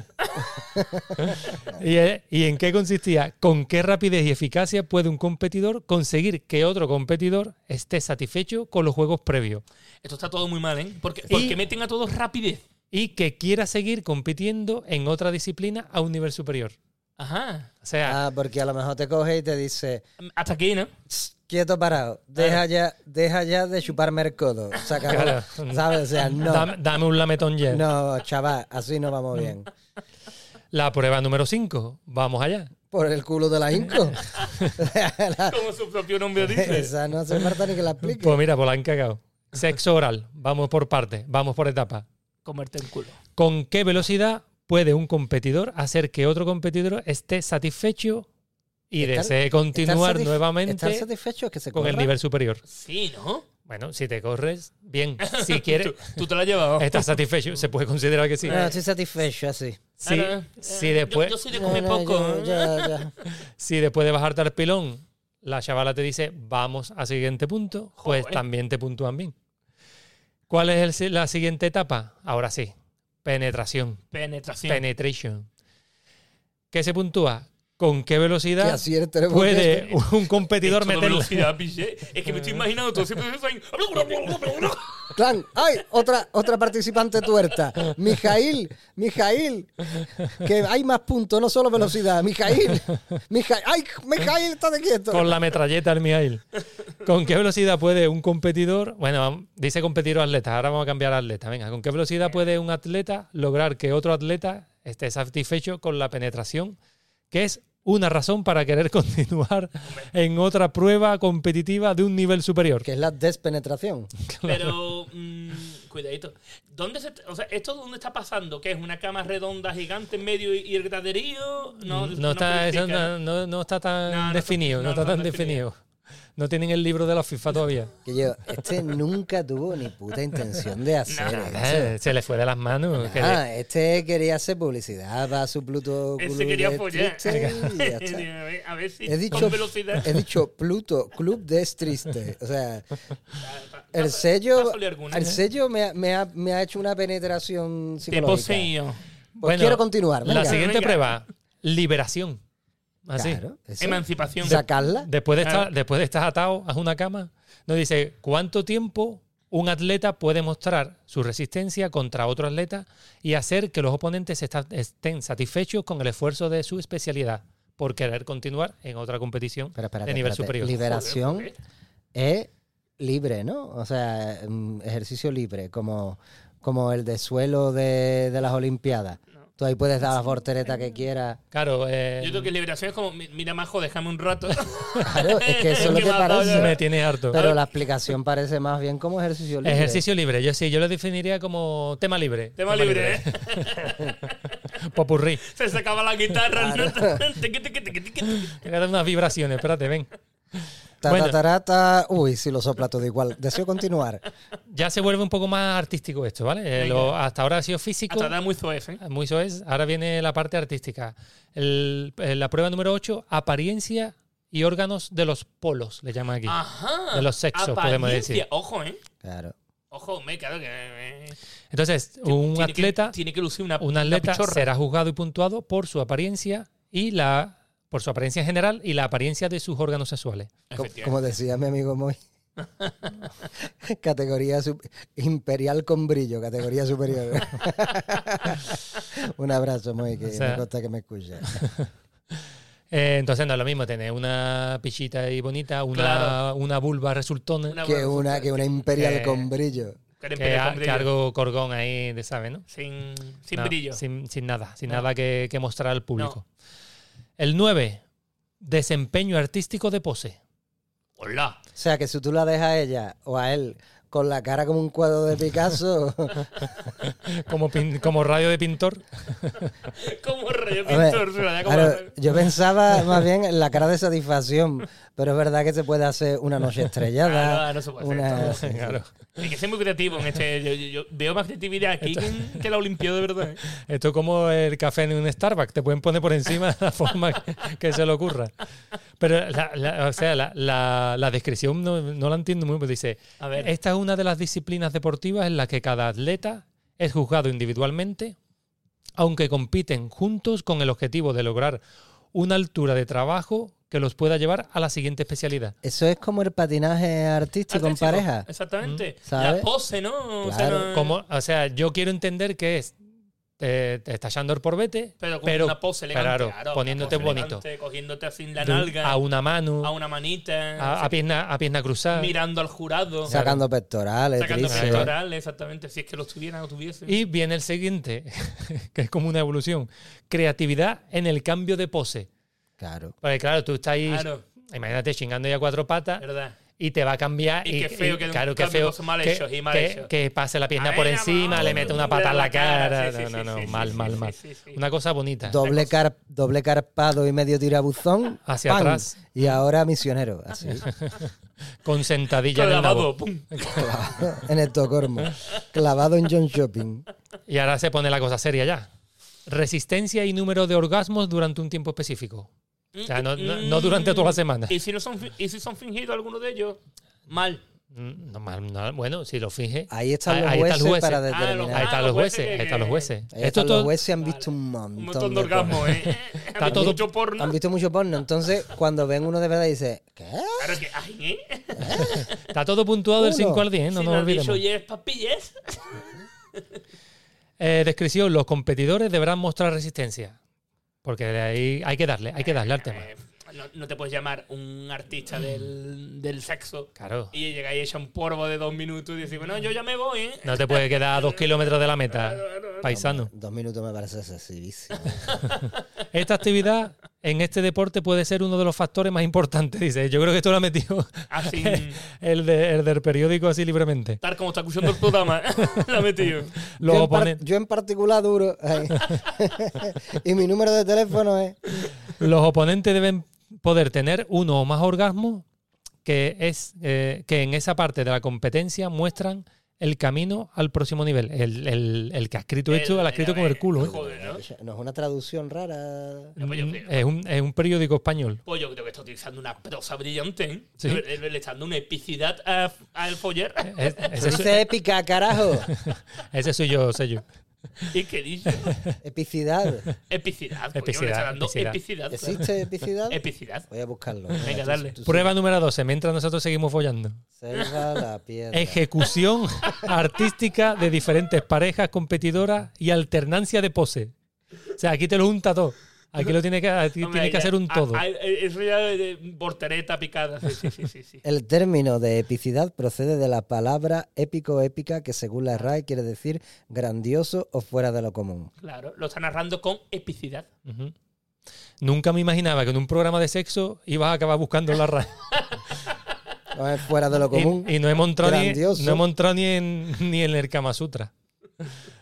[SPEAKER 2] Y, eh, ¿Y en qué consistía? ¿Con qué rapidez y eficacia puede un competidor conseguir que otro competidor esté satisfecho con los juegos previos?
[SPEAKER 3] Esto está todo muy mal, ¿eh? Porque, porque meten a todos rapidez.
[SPEAKER 2] Y que quiera seguir compitiendo en otra disciplina a un nivel superior.
[SPEAKER 3] Ajá.
[SPEAKER 2] O sea,
[SPEAKER 1] Ah, porque a lo mejor te coge y te dice,
[SPEAKER 3] Hasta aquí, ¿no?
[SPEAKER 1] "Tss, quieto parado, deja ya, deja ya de chuparme el codo. Se acabó".
[SPEAKER 2] Claro.
[SPEAKER 1] ¿Sabes? O sea, Ah, no.
[SPEAKER 2] dame, dame un lametón ya.
[SPEAKER 1] No, chaval, así no vamos bien.
[SPEAKER 2] La prueba número 5, vamos allá.
[SPEAKER 1] Por el culo de la Inco.
[SPEAKER 3] Como su propio nombre dice.
[SPEAKER 1] Esa no hace falta ni que la explique.
[SPEAKER 2] Pues mira, pues la han cagado. Sexo oral, vamos por partes, vamos por etapas.
[SPEAKER 3] Comerte el culo.
[SPEAKER 2] ¿Con qué velocidad puede un competidor hacer que otro competidor esté satisfecho y
[SPEAKER 1] Estar-
[SPEAKER 2] desee
[SPEAKER 1] Estar
[SPEAKER 2] continuar
[SPEAKER 1] satis- Estar
[SPEAKER 2] nuevamente
[SPEAKER 1] satisfecho es que se
[SPEAKER 2] con el
[SPEAKER 1] corra.
[SPEAKER 2] nivel superior?
[SPEAKER 3] Sí, ¿no?
[SPEAKER 2] Bueno, si te corres, bien. Si quieres,
[SPEAKER 3] Tú, tú te la has llevado.
[SPEAKER 2] estás satisfecho. Se puede considerar que sí.
[SPEAKER 1] No, Ah, estoy satisfecho así.
[SPEAKER 2] Si,
[SPEAKER 3] Ah, no, eh,
[SPEAKER 2] si
[SPEAKER 3] yo-
[SPEAKER 2] después,
[SPEAKER 3] Yo, soy de comer
[SPEAKER 1] No, no,
[SPEAKER 3] poco.
[SPEAKER 1] yo-
[SPEAKER 3] ¿eh?
[SPEAKER 1] ya, ya.
[SPEAKER 2] si después de bajarte al pilón, la chavala te dice, vamos al siguiente punto, pues
[SPEAKER 3] Joder.
[SPEAKER 2] también te puntúan bien. ¿Cuál es el si- la siguiente etapa? Ahora sí, penetración.
[SPEAKER 3] Penetración.
[SPEAKER 2] Penetration. ¿Qué se puntúa? ¿Con qué
[SPEAKER 1] Que
[SPEAKER 2] velocidad
[SPEAKER 1] acierte el
[SPEAKER 2] puede un competidor
[SPEAKER 3] Esto de
[SPEAKER 2] meterla?
[SPEAKER 3] velocidad, piché. Es que me estoy imaginando todo siempre se salen-
[SPEAKER 1] Clan, ay, otra, otra participante tuerta. Mijail, Mijail, que hay más puntos, no solo velocidad. Mijail, Mijail, ay, Mijail, estate quieto.
[SPEAKER 2] Con la metralleta al Mihail. ¿Con qué velocidad puede un competidor? Bueno, vam- dice competidor atleta, ahora vamos a cambiar a atleta. Venga, ¿con qué velocidad puede un atleta lograr que otro atleta esté satisfecho con la penetración? Que es una razón para querer continuar en otra prueba competitiva de un nivel superior.
[SPEAKER 1] Que es la despenetración.
[SPEAKER 3] Pero, mm, cuidadito. ¿Dónde se, o sea, ¿Esto dónde está pasando? ¿Qué es una cama redonda gigante en medio y, y el graderío? No,
[SPEAKER 2] Mm, no, está, eso
[SPEAKER 3] especifica.
[SPEAKER 2] no, no- no está tan
[SPEAKER 3] No, no está-
[SPEAKER 2] definido, no,
[SPEAKER 3] no,
[SPEAKER 2] está
[SPEAKER 3] no
[SPEAKER 2] tan
[SPEAKER 3] está
[SPEAKER 2] definido.
[SPEAKER 3] definido.
[SPEAKER 2] No tienen el libro de la FIFA todavía.
[SPEAKER 1] Que yo, este nunca tuvo ni puta intención de hacer
[SPEAKER 2] Eh, se le fue de las manos. que
[SPEAKER 1] eso. Ah, este quería hacer publicidad para su Pluto.
[SPEAKER 3] Ese
[SPEAKER 1] Club
[SPEAKER 3] quería
[SPEAKER 1] de
[SPEAKER 3] follar.
[SPEAKER 1] Triste y ya
[SPEAKER 3] Y
[SPEAKER 1] está.
[SPEAKER 3] digo, a ver- A ver si
[SPEAKER 1] He dicho,
[SPEAKER 3] con velocidad.
[SPEAKER 1] he dicho Pluto, Club de Triste. O sea, el sello,
[SPEAKER 3] Pásale alguna,
[SPEAKER 1] el
[SPEAKER 3] ¿eh?
[SPEAKER 1] sello me, ha- me ha, me ha hecho una penetración
[SPEAKER 3] Te
[SPEAKER 1] psicológica.
[SPEAKER 3] poseío.
[SPEAKER 1] Pues quiero continuar,
[SPEAKER 2] La
[SPEAKER 1] venga.
[SPEAKER 2] siguiente
[SPEAKER 3] Venga.
[SPEAKER 2] prueba. liberación. Así.
[SPEAKER 1] Claro, eso.
[SPEAKER 3] ah, Emancipación.
[SPEAKER 1] Sacarla.
[SPEAKER 2] Después de,
[SPEAKER 3] Claro.
[SPEAKER 2] estar, después de estar atado a una cama, nos dice cuánto tiempo un atleta puede mostrar su resistencia contra otro atleta y hacer que los oponentes esta- estén satisfechos con el esfuerzo de su especialidad por querer continuar en otra competición
[SPEAKER 1] Pero espérate,
[SPEAKER 2] de nivel
[SPEAKER 1] espérate.
[SPEAKER 2] superior.
[SPEAKER 1] Liberación
[SPEAKER 3] Joder,
[SPEAKER 1] es libre, ¿no? O sea, mm, ejercicio libre, como, como el de suelo de, de las Olimpiadas. Tú ahí puedes dar las volteretas que quieras.
[SPEAKER 2] Claro, eh,
[SPEAKER 3] Yo creo que liberación es como, mi- mira, majo, déjame un rato.
[SPEAKER 1] Claro, es que eso es lo
[SPEAKER 3] ¿Qué
[SPEAKER 1] que
[SPEAKER 3] me ha dado
[SPEAKER 1] parece.
[SPEAKER 3] ya?
[SPEAKER 2] me tiene harto.
[SPEAKER 1] Pero la explicación parece más bien como ejercicio libre.
[SPEAKER 2] Ejercicio libre, yo sí, yo lo definiría como tema libre.
[SPEAKER 3] Tema libre, ¿eh?
[SPEAKER 2] Popurrí.
[SPEAKER 3] Se sacaba la guitarra. ¿no?
[SPEAKER 2] Voy a dar unas vibraciones, espérate, ven.
[SPEAKER 1] Ta, ta,
[SPEAKER 2] Bueno.
[SPEAKER 1] tará, ta. Uy, si lo sopla todo igual. Deseo continuar.
[SPEAKER 2] Ya se vuelve un poco más artístico esto, ¿vale? Eh, lo- hasta ahora ha sido físico.
[SPEAKER 3] Hasta da muy soez, ¿eh?
[SPEAKER 2] Muy soez. Ahora viene la parte artística. El- eh, la prueba número 8, apariencia y órganos de los polos, le llaman aquí.
[SPEAKER 3] Ah. Ajá.
[SPEAKER 2] De los sexos, podemos decir.
[SPEAKER 3] Apariencia. Ojo, ¿eh?
[SPEAKER 1] Claro.
[SPEAKER 3] Ojo, me claro que. eh,
[SPEAKER 2] Entonces, un
[SPEAKER 3] tiene que-
[SPEAKER 2] atleta,
[SPEAKER 3] tiene que lucir una,
[SPEAKER 2] un
[SPEAKER 3] una
[SPEAKER 2] atleta
[SPEAKER 3] pichorra.
[SPEAKER 2] será juzgado y puntuado por su apariencia y la por su apariencia en general y la apariencia de sus órganos sexuales.
[SPEAKER 1] Co-
[SPEAKER 3] Efectivamente.
[SPEAKER 1] Como decía mi amigo Moy. categoría sup- imperial con brillo, categoría superior. Un abrazo, Moy, que
[SPEAKER 2] O sea-
[SPEAKER 1] me consta que me escucha.
[SPEAKER 2] Eh, entonces no es lo mismo tener una pichita ahí bonita, una,
[SPEAKER 3] Claro.
[SPEAKER 2] una vulva resultona,
[SPEAKER 3] Una-
[SPEAKER 1] Que una, que una imperial
[SPEAKER 2] Eh,
[SPEAKER 1] con brillo.
[SPEAKER 3] Karen
[SPEAKER 2] que,
[SPEAKER 3] Pérez
[SPEAKER 2] a-
[SPEAKER 3] con
[SPEAKER 2] que
[SPEAKER 3] brillo.
[SPEAKER 2] algo corgón ahí, de ¿sabes? ¿no?
[SPEAKER 3] Sin, sin
[SPEAKER 2] No,
[SPEAKER 3] brillo.
[SPEAKER 2] Sin, sin nada, sin
[SPEAKER 3] No.
[SPEAKER 2] nada que, que mostrar al público. El 9, desempeño artístico de pose.
[SPEAKER 3] Hola.
[SPEAKER 1] O sea, que si tú la dejas a ella o a él con la cara como un cuadro de Picasso,
[SPEAKER 2] Como, pin- como radio de pintor.
[SPEAKER 3] Como rey
[SPEAKER 1] A ver,
[SPEAKER 3] pintor. se la da como
[SPEAKER 1] Claro,
[SPEAKER 3] rey.
[SPEAKER 1] yo pensaba más bien en la cara de satisfacción, pero es verdad que se puede hacer una noche estrellada.
[SPEAKER 3] Ah, no, no se puede hacer
[SPEAKER 1] una-
[SPEAKER 2] Claro.
[SPEAKER 3] Hay que ser muy creativo en este. Yo, yo- yo veo más creatividad aquí que, en- que la Olimpiada, de verdad. ¿eh?
[SPEAKER 2] Esto es como el café en un Starbucks. Te pueden poner por encima la forma que, que se le ocurra. Pero la, la- o sea, la, la- la descripción no, no la entiendo muy bien. pero Dice,
[SPEAKER 3] A ver.
[SPEAKER 2] esta es una de las disciplinas deportivas en las que cada atleta es juzgado individualmente, aunque compiten juntos con el objetivo de lograr una altura de trabajo que los pueda llevar a la siguiente especialidad.
[SPEAKER 1] Eso es como el patinaje artístico, en
[SPEAKER 3] Artístico,
[SPEAKER 1] pareja.
[SPEAKER 2] Mm,
[SPEAKER 3] Exactamente.
[SPEAKER 1] ¿Sabes?
[SPEAKER 3] La pose, ¿no? O sea,
[SPEAKER 1] Claro.
[SPEAKER 3] no-
[SPEAKER 2] Como, o sea, yo quiero entender que es eh, te estás echando el porbete,
[SPEAKER 3] Pero con
[SPEAKER 2] pero,
[SPEAKER 3] una pose elegante.
[SPEAKER 2] claro,
[SPEAKER 3] una
[SPEAKER 2] poniéndote
[SPEAKER 3] pose
[SPEAKER 2] bonito.
[SPEAKER 3] elegante, cogiéndote así en la
[SPEAKER 2] de-
[SPEAKER 3] nalga.
[SPEAKER 2] a una mano,
[SPEAKER 3] a una manita.
[SPEAKER 2] a, a pierna, a pierna cruzada.
[SPEAKER 3] mirando al jurado.
[SPEAKER 1] Sacando pectorales,
[SPEAKER 3] sacando
[SPEAKER 1] tríceps.
[SPEAKER 3] pectorales, exactamente. Si es que los tuvieran o tuviesen.
[SPEAKER 2] eh. Y viene el siguiente, que es como una evolución. Creatividad en el cambio de pose.
[SPEAKER 1] Claro.
[SPEAKER 2] Porque claro, tú estás ahí,
[SPEAKER 3] Claro.
[SPEAKER 2] imagínate chingando ya cuatro patas
[SPEAKER 3] ¿Verdad?
[SPEAKER 2] y te va a cambiar.
[SPEAKER 3] Y qué feo que un
[SPEAKER 2] claro, qué
[SPEAKER 3] cambio
[SPEAKER 2] feo
[SPEAKER 3] con sus mal
[SPEAKER 2] que,
[SPEAKER 3] hechos y mal
[SPEAKER 2] que-
[SPEAKER 3] hechos.
[SPEAKER 2] que pase la pierna
[SPEAKER 3] A
[SPEAKER 2] por
[SPEAKER 3] ver,
[SPEAKER 2] encima,
[SPEAKER 3] vamos,
[SPEAKER 2] le mete una
[SPEAKER 3] le
[SPEAKER 2] pata
[SPEAKER 3] da
[SPEAKER 2] en la
[SPEAKER 3] la cara,
[SPEAKER 2] cara.
[SPEAKER 3] sí, sí,
[SPEAKER 2] no, no, no,
[SPEAKER 3] sí, sí,
[SPEAKER 2] mal,
[SPEAKER 3] sí,
[SPEAKER 2] mal,
[SPEAKER 3] sí,
[SPEAKER 2] mal.
[SPEAKER 3] sí, sí.
[SPEAKER 2] Una cosa bonita.
[SPEAKER 1] Doble, car- doble carpado y medio tirabuzón.
[SPEAKER 2] Hacia atrás.
[SPEAKER 1] Y ahora misionero, así,
[SPEAKER 2] Con sentadilla en el
[SPEAKER 3] Clavado,
[SPEAKER 2] nabo.
[SPEAKER 3] pum.
[SPEAKER 1] clavado en Estocolmo. Clavado en John Shopping.
[SPEAKER 2] Y ahora se pone la cosa seria ya. Resistencia y número de orgasmos durante un tiempo específico. O sea, no, no- no durante toda la semana.
[SPEAKER 3] ¿Y si, no son, fi- y si son fingidos algunos de ellos? Mal.
[SPEAKER 2] Mm, no, mal, no, bueno, si lo finge.
[SPEAKER 1] Ahí están los
[SPEAKER 2] ahí
[SPEAKER 1] jueces
[SPEAKER 2] jueces.
[SPEAKER 1] para
[SPEAKER 3] los
[SPEAKER 1] determinar.
[SPEAKER 2] Ahí
[SPEAKER 1] ahí
[SPEAKER 2] están
[SPEAKER 3] Ah,
[SPEAKER 2] los
[SPEAKER 3] los jueces
[SPEAKER 2] jueces, ahí
[SPEAKER 3] que-
[SPEAKER 2] están los jueces. Esto
[SPEAKER 1] están los
[SPEAKER 2] todo-
[SPEAKER 1] jueces han visto un montón,
[SPEAKER 3] Un montón de
[SPEAKER 1] de cosas.
[SPEAKER 3] orgasmos, ¿eh? Hay
[SPEAKER 2] todo-
[SPEAKER 3] Mucho porno.
[SPEAKER 1] Han visto mucho porno. Entonces, cuando ven uno de verdad, dice, ¿qué?
[SPEAKER 3] Claro que, ay, ¿eh?
[SPEAKER 2] está todo puntuado del
[SPEAKER 1] Uno.
[SPEAKER 2] 5 al 10, ¿eh? no
[SPEAKER 3] si
[SPEAKER 2] nos
[SPEAKER 3] no has dicho,
[SPEAKER 2] olvidemos.
[SPEAKER 3] oye, es papillas.
[SPEAKER 2] Eh, descripción: los competidores deberán mostrar resistencia. Porque de ahí hay que darle, hay que darle al tema.
[SPEAKER 3] Eh, no, no te puedes llamar un artista del, del sexo.
[SPEAKER 2] Claro.
[SPEAKER 3] Y llega y echa un porvo de dos minutos y dice, bueno, yo ya me voy, ¿eh?
[SPEAKER 2] No te puede quedar a dos kilómetros de la meta, paisano.
[SPEAKER 1] Dos minutos me parece excesivísimo.
[SPEAKER 2] Esta actividad en este deporte puede ser uno de los factores más importantes, dice. Yo creo que esto lo ha metido
[SPEAKER 3] Así,
[SPEAKER 2] el, de- el del periódico así libremente.
[SPEAKER 3] tal como está escuchando el programa, la he metido.
[SPEAKER 2] Los
[SPEAKER 1] yo, en par-
[SPEAKER 2] oponen-
[SPEAKER 1] yo en particular duro. Ay. y mi número de teléfono es.
[SPEAKER 2] Los oponentes deben poder tener uno o más orgasmos que, es, eh, que en esa parte de la competencia muestran el camino al próximo nivel. El, el- el que ha escrito esto lo ha escrito con el culo. ¿eh?
[SPEAKER 3] Joder, ¿no?
[SPEAKER 1] No es una traducción rara.
[SPEAKER 3] No, pues yo creo-
[SPEAKER 2] Es un, es un periódico español.
[SPEAKER 3] Pues yo creo que está utilizando una prosa brillante, ¿eh?
[SPEAKER 2] Sí.
[SPEAKER 3] Le, le- le está dando una epicidad a- al foller.
[SPEAKER 2] Es- ese,
[SPEAKER 1] Eso
[SPEAKER 2] soy-
[SPEAKER 1] dice épica, carajo.
[SPEAKER 2] ese soy yo, sé yo.
[SPEAKER 3] ¿Y qué dices?
[SPEAKER 1] Epicidad.
[SPEAKER 3] Epicidad. coño,
[SPEAKER 2] Epicidad,
[SPEAKER 3] le está dando
[SPEAKER 2] epicidad.
[SPEAKER 3] epicidad.
[SPEAKER 1] ¿Existe epicidad?
[SPEAKER 3] Epicidad.
[SPEAKER 1] Voy a buscarlo.
[SPEAKER 3] Venga,
[SPEAKER 1] tú-
[SPEAKER 3] dale.
[SPEAKER 1] tú-
[SPEAKER 2] Prueba número 12, mientras nosotros seguimos follando.
[SPEAKER 1] Selva la piedra.
[SPEAKER 2] Ejecución artística de diferentes parejas competidoras y alternancia de pose. O sea, aquí te lo junta todo. Aquí lo tiene que, aquí
[SPEAKER 3] Hombre,
[SPEAKER 2] tiene que
[SPEAKER 3] ya-
[SPEAKER 2] hacer un
[SPEAKER 3] a-
[SPEAKER 2] todo.
[SPEAKER 3] a- eso ya de, eh, de portereta picada. Sí, sí, sí, sí, sí.
[SPEAKER 1] El término de epicidad procede de la palabra épico-épica que según la RAE quiere decir grandioso o fuera de lo común.
[SPEAKER 3] Claro, lo está narrando con epicidad.
[SPEAKER 2] Ujú. Nunca me imaginaba que en un programa de sexo ibas a acabar buscando la raíz.
[SPEAKER 1] No es fuera de lo común.
[SPEAKER 2] Y, y no hemos entrado, ni,
[SPEAKER 1] Grandioso.
[SPEAKER 2] no hemos entrado ni en, ni en el Kama Sutra.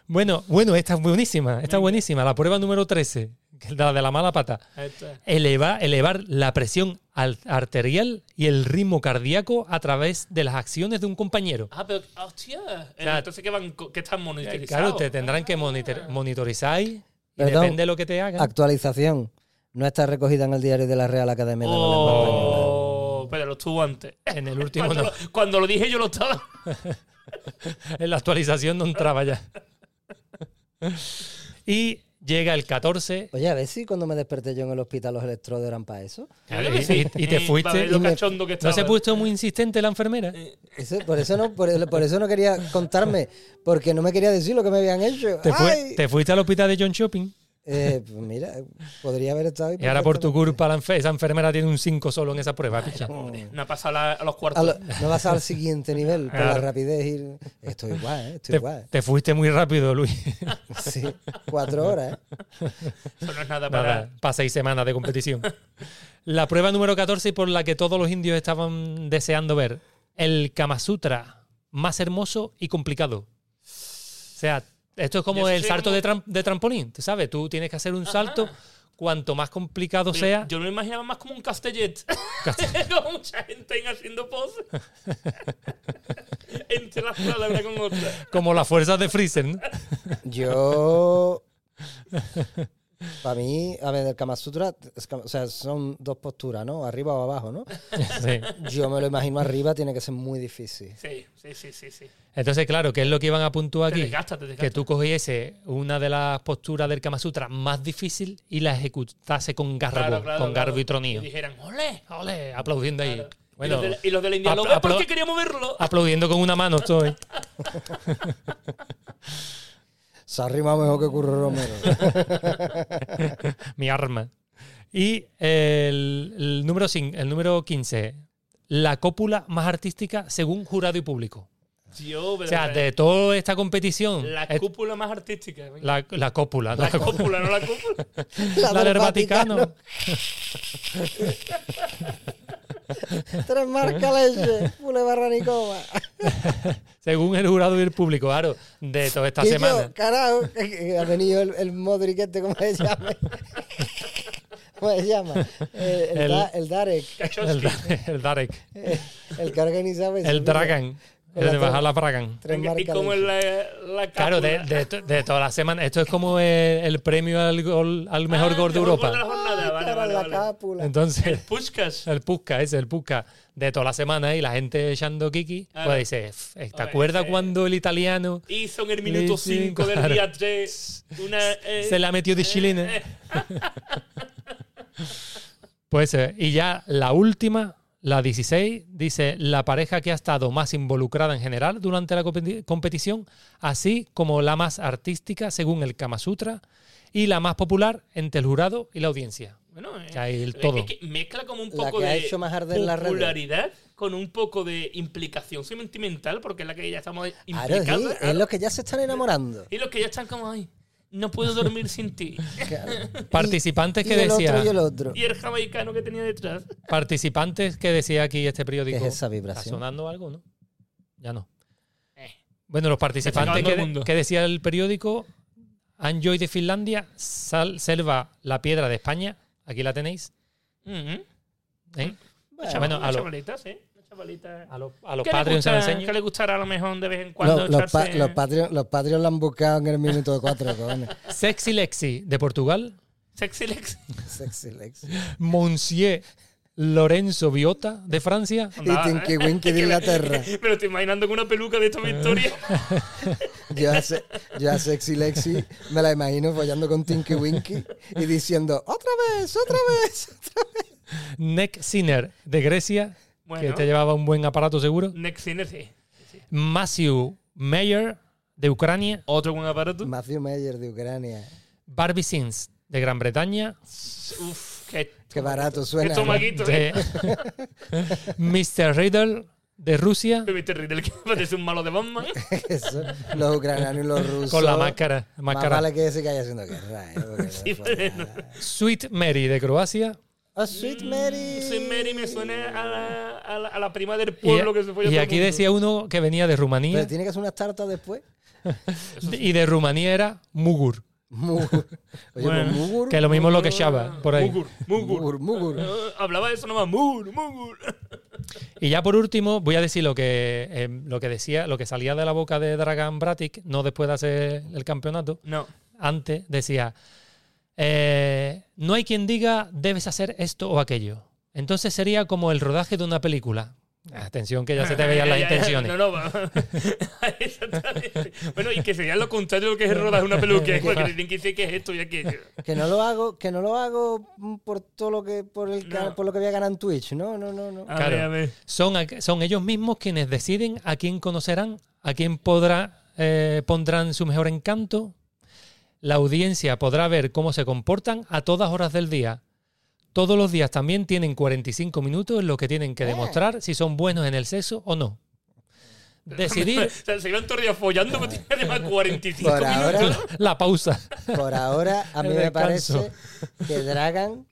[SPEAKER 2] Bueno, bueno, esta es buenísima, esta es buenísima. La prueba número 13, que es la de la mala pata.
[SPEAKER 3] Esto es.
[SPEAKER 2] Eleva- elevar la presión al- arterial y el ritmo cardíaco a través de las acciones de un compañero.
[SPEAKER 3] Ah, pero, hostia. Eh,
[SPEAKER 2] sea, eh,
[SPEAKER 3] Entonces, ¿qué, van, co- qué están monitorizados?
[SPEAKER 2] Claro, te tendrán que monitor- monitorizar y
[SPEAKER 1] Perdón.
[SPEAKER 2] depende de lo que te hagan.
[SPEAKER 1] Actualización. No está recogida en el diario de la Real Academia de la Lengua Española.
[SPEAKER 3] Oh, pero lo estuvo antes.
[SPEAKER 2] En el último,
[SPEAKER 3] Cuando,
[SPEAKER 2] no.
[SPEAKER 3] lo, cuando lo dije, yo lo estaba.
[SPEAKER 2] En la actualización no entraba ya. Y llega el 14
[SPEAKER 1] Oye, a ver si cuando me desperté yo en el hospital los electrodos eran para eso.
[SPEAKER 2] Claro, y- y- y te
[SPEAKER 3] Sí,
[SPEAKER 2] fuiste.
[SPEAKER 3] para ver lo
[SPEAKER 1] Y me-
[SPEAKER 3] cachondo que
[SPEAKER 2] ¿No
[SPEAKER 3] estaba.
[SPEAKER 2] se ha puesto muy insistente la enfermera?
[SPEAKER 1] Eso- por, eso no, por, por eso no quería contarme, porque no me quería decir lo que me habían hecho.
[SPEAKER 2] Te, fue-
[SPEAKER 1] ¡Ay!
[SPEAKER 2] te fuiste al hospital de John Shopping
[SPEAKER 1] Eh, pues mira, podría haber estado ahí.
[SPEAKER 2] y ahora por tu culpa la enfe- esa enfermera tiene un 5 solo en esa prueba. picha.
[SPEAKER 3] No ha pasado la- a los
[SPEAKER 1] A
[SPEAKER 3] cuartos.
[SPEAKER 1] lo- no vas al siguiente nivel por la
[SPEAKER 2] Claro.
[SPEAKER 1] rapidez. Y, estoy igual, ¿eh? estoy
[SPEAKER 2] Te,
[SPEAKER 1] igual.
[SPEAKER 2] te fuiste muy rápido, Luis.
[SPEAKER 1] Sí, cuatro horas. ¿eh?
[SPEAKER 3] Eso no es nada para.
[SPEAKER 2] Nada, para seis semanas de competición. La prueba número 14 y por la que todos los indios estaban deseando ver. El Kama Sutra más hermoso y complicado. O sea, esto es
[SPEAKER 3] Yo
[SPEAKER 2] como
[SPEAKER 3] sí
[SPEAKER 2] el
[SPEAKER 3] soy
[SPEAKER 2] salto
[SPEAKER 3] como-
[SPEAKER 2] de, tram- de trampolín, ¿tú sabes? Tú tienes que hacer un salto. Cuanto más complicado
[SPEAKER 3] Yo-
[SPEAKER 2] sea,
[SPEAKER 3] yo, me lo imaginaba más como un castellet. con mucha gente en haciendo poses. Entre las palabras con otra.
[SPEAKER 2] como las fuerzas de Freezer, ¿no?
[SPEAKER 1] Yo. Para mí, a ver, el Kama Sutra, es Kama- o sea, son dos posturas, ¿no? Arriba o abajo, ¿no?
[SPEAKER 2] Sí.
[SPEAKER 1] Yo me lo imagino arriba, tiene que ser muy difícil.
[SPEAKER 3] Sí, sí, sí, sí. sí.
[SPEAKER 2] Entonces, claro, ¿qué es lo que iban a puntuar
[SPEAKER 3] Te
[SPEAKER 2] aquí?
[SPEAKER 3] desgasta, te desgasta.
[SPEAKER 2] Que tú cogiese una de las posturas del Kama Sutra más difícil y la ejecutase con garbo,
[SPEAKER 3] Claro, claro,
[SPEAKER 2] con garbo
[SPEAKER 3] claro.
[SPEAKER 2] y tronío.
[SPEAKER 3] dijeran, ¡ole!
[SPEAKER 2] Ole, aplaudiendo ahí. Bueno,
[SPEAKER 3] y, los de, y los de la India,
[SPEAKER 2] apl-
[SPEAKER 3] ¿lo ves
[SPEAKER 2] apl-
[SPEAKER 3] porque queríamos verlo?
[SPEAKER 2] aplaudiendo con una mano estoy.
[SPEAKER 1] Se ha arrimado mejor que Curro Romero.
[SPEAKER 2] mi arma. Y el, el número cin- el número 15, la cópula más artística según jurado y público.
[SPEAKER 3] Tío,
[SPEAKER 2] O
[SPEAKER 3] pero- eh,
[SPEAKER 2] sea, de toda esta competición,
[SPEAKER 3] la
[SPEAKER 2] es-
[SPEAKER 3] cúpula más artística. venga.
[SPEAKER 2] la, la cópula, ¿no?
[SPEAKER 3] La, cúpula, no la cúpula.
[SPEAKER 2] La del Vaticano.
[SPEAKER 1] Tres marcas leche, pule barranicoma.
[SPEAKER 2] Según el jurado y el público, claro, de toda esta
[SPEAKER 1] Y
[SPEAKER 2] semana.
[SPEAKER 1] yo, carajo, que- que ha venido el, el Modric este, ¿cómo se llama? ¿Cómo se llama? Eh, El,
[SPEAKER 2] El-
[SPEAKER 1] Da- el Darek,
[SPEAKER 2] El,
[SPEAKER 3] Kachowski.
[SPEAKER 2] Dar- el Darek,
[SPEAKER 1] eh, el que ha organizado ese
[SPEAKER 2] el
[SPEAKER 1] vídeo.
[SPEAKER 2] Dragan,
[SPEAKER 1] Con
[SPEAKER 2] el
[SPEAKER 1] la
[SPEAKER 2] de bajar
[SPEAKER 1] torre.
[SPEAKER 2] la Dragan.
[SPEAKER 1] Tres
[SPEAKER 3] Venga, y
[SPEAKER 1] marcas
[SPEAKER 3] como
[SPEAKER 1] leche.
[SPEAKER 3] la, la
[SPEAKER 2] Claro, de,
[SPEAKER 3] cápula.
[SPEAKER 2] de, to- de toda la semana. Esto es como el, el premio al, gol- al mejor
[SPEAKER 3] Ah,
[SPEAKER 2] gol de
[SPEAKER 3] mejor
[SPEAKER 2] Europa. Ah,
[SPEAKER 3] gol de la jornada,
[SPEAKER 1] Ay,
[SPEAKER 3] vale,
[SPEAKER 1] cara,
[SPEAKER 3] vale,
[SPEAKER 1] la
[SPEAKER 3] vale.
[SPEAKER 1] cápula.
[SPEAKER 2] Entonces,
[SPEAKER 3] Puskás.
[SPEAKER 2] el Pusca, ese, el Pusca, de toda la semana y la gente echando Kiki,
[SPEAKER 3] Claro.
[SPEAKER 2] pues dice, "F, ¿te
[SPEAKER 3] Hombre,
[SPEAKER 2] acuerdas
[SPEAKER 3] eh,
[SPEAKER 2] cuando el italiano
[SPEAKER 3] Hizo en el minuto
[SPEAKER 2] Sí, sí,
[SPEAKER 3] 5 del
[SPEAKER 2] claro.
[SPEAKER 3] día 3 una... eh,
[SPEAKER 2] se la metió de chilena? Pues, eh, y ya la última, la 16, dice, la pareja que ha estado más involucrada en general durante la competi- competición, así como la más artística según el Kama Sutra y la más popular entre el jurado y la audiencia.
[SPEAKER 3] Bueno, eh,
[SPEAKER 2] Que hay el
[SPEAKER 3] es
[SPEAKER 2] todo.
[SPEAKER 3] que mezcla como un
[SPEAKER 1] La
[SPEAKER 3] poco
[SPEAKER 1] que ha
[SPEAKER 3] de
[SPEAKER 1] hecho más arder la radio.
[SPEAKER 3] popularidad con un poco de implicación sentimental, porque es la que ya estamos
[SPEAKER 1] Claro,
[SPEAKER 3] implicados.
[SPEAKER 1] sí, es
[SPEAKER 3] claro.
[SPEAKER 1] los que ya se están enamorando.
[SPEAKER 3] Y los que ya están como, ay, no puedo dormir sin ti.
[SPEAKER 2] Participantes
[SPEAKER 1] Y
[SPEAKER 2] que
[SPEAKER 1] el otro y el
[SPEAKER 2] decían...
[SPEAKER 1] otro.
[SPEAKER 3] Y el jamaicano que tenía detrás.
[SPEAKER 2] participantes que decía aquí este periódico.
[SPEAKER 1] ¿Qué es esa
[SPEAKER 2] ¿Está
[SPEAKER 1] vibración?
[SPEAKER 2] sonando algo, no? Ya no.
[SPEAKER 3] Eh.
[SPEAKER 2] Bueno, los
[SPEAKER 3] acabando
[SPEAKER 2] participantes
[SPEAKER 3] el
[SPEAKER 2] que,
[SPEAKER 3] mundo.
[SPEAKER 2] que decía el periódico Anjoy de Finlandia, Sal- Selva la Piedra de España, aquí la tenéis.
[SPEAKER 3] Ujú.
[SPEAKER 2] ¿eh?
[SPEAKER 1] Bueno,
[SPEAKER 2] Bueno,
[SPEAKER 3] Unas
[SPEAKER 2] a, los-
[SPEAKER 3] chavalitas, ¿eh? Unas chavalitas.
[SPEAKER 2] a los- a los
[SPEAKER 3] ¿Qué le
[SPEAKER 2] Patreons se lo
[SPEAKER 3] gusta-
[SPEAKER 2] enseño.
[SPEAKER 3] que le gustará a lo mejor de vez en cuando
[SPEAKER 1] Los, los, pa-
[SPEAKER 3] echarse-
[SPEAKER 1] los Patreon los Patreon lo han buscado en el minuto 4, cojones.
[SPEAKER 2] Sexy Lexi de Portugal,
[SPEAKER 3] Sexy Lex.
[SPEAKER 1] Sexy Lex.
[SPEAKER 2] Monsieur Lorenzo Biota de Francia.
[SPEAKER 1] Y
[SPEAKER 3] ¿eh?
[SPEAKER 2] ¿eh?
[SPEAKER 1] Tinky Winky de Inglaterra.
[SPEAKER 3] Me lo estoy imaginando con una peluca de esta
[SPEAKER 2] Ah.
[SPEAKER 3] victoria.
[SPEAKER 1] Yo a, Se- yo a Sexy Lexi me la imagino follando con Tinky Winky y diciendo, otra vez, otra vez, otra vez.
[SPEAKER 2] Nick Sinner de Grecia, que
[SPEAKER 3] Bueno.
[SPEAKER 2] te llevaba un buen aparato seguro.
[SPEAKER 3] Next Sinner, sí.
[SPEAKER 2] Matthew Mayer de Ucrania.
[SPEAKER 3] Otro buen aparato.
[SPEAKER 1] Matthew Meyer de Ucrania.
[SPEAKER 2] Barbie Sins de Gran Bretaña.
[SPEAKER 3] Uf, qué,
[SPEAKER 1] Qué barato
[SPEAKER 3] qué
[SPEAKER 1] suena. ¿no?
[SPEAKER 3] tomaquito.
[SPEAKER 2] De Mr. Riddle de Rusia.
[SPEAKER 3] Me viste Riddle que parece un malo de Batman.
[SPEAKER 1] Eso, los ucranianos y los rusos.
[SPEAKER 2] Con la máscara.
[SPEAKER 1] Más
[SPEAKER 2] máscara.
[SPEAKER 1] vale que se caiga haciendo guerra. ¿eh? Porque
[SPEAKER 3] Sí,
[SPEAKER 1] no fue
[SPEAKER 3] bueno.
[SPEAKER 1] nada.
[SPEAKER 2] Sweet Mary de Croacia.
[SPEAKER 1] Oh, Sweet Mary.
[SPEAKER 3] Soy Mary me suena a la, a la, a la prima del
[SPEAKER 2] Y, e-
[SPEAKER 3] pueblo que se fue
[SPEAKER 2] y aquí decía uno que venía de
[SPEAKER 1] Pero
[SPEAKER 3] Pues,
[SPEAKER 2] Rumanía.
[SPEAKER 1] tiene que hacer unas tartas después.
[SPEAKER 2] Y de Rumanía era Mugur.
[SPEAKER 1] Mugur. Oye,
[SPEAKER 3] Bueno,
[SPEAKER 1] pues Mugur.
[SPEAKER 2] Que lo mismo lo que Shaba, por ahí.
[SPEAKER 3] Mugur,
[SPEAKER 1] Mugur,
[SPEAKER 3] Mugur.
[SPEAKER 1] Mugur.
[SPEAKER 3] Eh, Hablaba de eso nomás, Mugur, Mugur.
[SPEAKER 2] Y ya por último, voy a decir lo que, eh, lo que decía, lo que salía de la boca de Dragan Bratic, no después de hacer el campeonato,
[SPEAKER 3] No.
[SPEAKER 2] antes decía, eh, no hay quien diga debes hacer esto o aquello. Entonces sería como el rodaje de una película. Atención que ya se te veían las
[SPEAKER 3] Ya, ya, ya.
[SPEAKER 2] intenciones.
[SPEAKER 3] No, no, va. Exactamente. Bueno, y que sería lo contrario de lo que es el rodaje de una peluquería. que tienen que decir que es esto y aquello.
[SPEAKER 1] Que no lo hago, que no lo hago por todo lo que por el
[SPEAKER 3] No.
[SPEAKER 1] por lo que voy a ganar en Twitch. No, no, no, no.
[SPEAKER 3] A
[SPEAKER 2] Claro.
[SPEAKER 3] ver, a ver.
[SPEAKER 2] Son, aqu- son ellos mismos quienes deciden a quién conocerán, a quién podrá, eh, pondrán su mejor encanto. La audiencia podrá ver cómo se comportan a todas horas del día. Todos los días también tienen 45 minutos en los que tienen que
[SPEAKER 3] Eh.
[SPEAKER 2] demostrar si son buenos en el sexo o no. Decidir
[SPEAKER 3] O sea, se iban todos los días follando, pero tenía además 45
[SPEAKER 1] Por
[SPEAKER 3] minutos.
[SPEAKER 1] ahora,
[SPEAKER 2] la pausa.
[SPEAKER 1] por ahora a mí
[SPEAKER 2] El
[SPEAKER 1] me
[SPEAKER 2] descanso.
[SPEAKER 1] parece que Dragan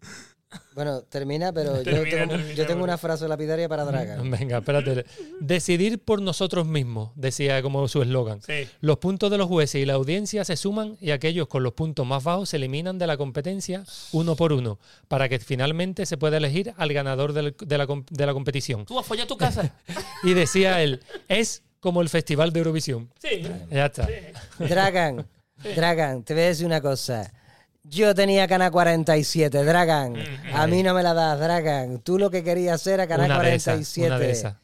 [SPEAKER 1] bueno, termina, pero yo,
[SPEAKER 3] Termina,
[SPEAKER 1] tengo,
[SPEAKER 3] termina,
[SPEAKER 1] yo tengo
[SPEAKER 3] bueno.
[SPEAKER 1] una frase lapidaria para Dragan.
[SPEAKER 2] Venga, espérate. Decidir por nosotros mismos, decía como su eslogan.
[SPEAKER 3] Sí.
[SPEAKER 2] Los puntos de los jueces y la audiencia se suman y aquellos con los puntos más bajos se eliminan de la competencia uno por uno, para que finalmente se pueda elegir al ganador del- de, la, com- de la competición.
[SPEAKER 3] Tú vas a follar a tu casa.
[SPEAKER 2] Y decía él, es como el Festival de Eurovisión.
[SPEAKER 3] Sí.
[SPEAKER 2] Ya está.
[SPEAKER 1] Dragan, Dragan, te voy a decir una cosa. Yo tenía Cana 47, Dragan.
[SPEAKER 3] Mm,
[SPEAKER 1] A mí no me la das, Dragan. Tú lo que querías hacer era Cana
[SPEAKER 2] Una de esas,
[SPEAKER 1] 47.
[SPEAKER 2] una de esas.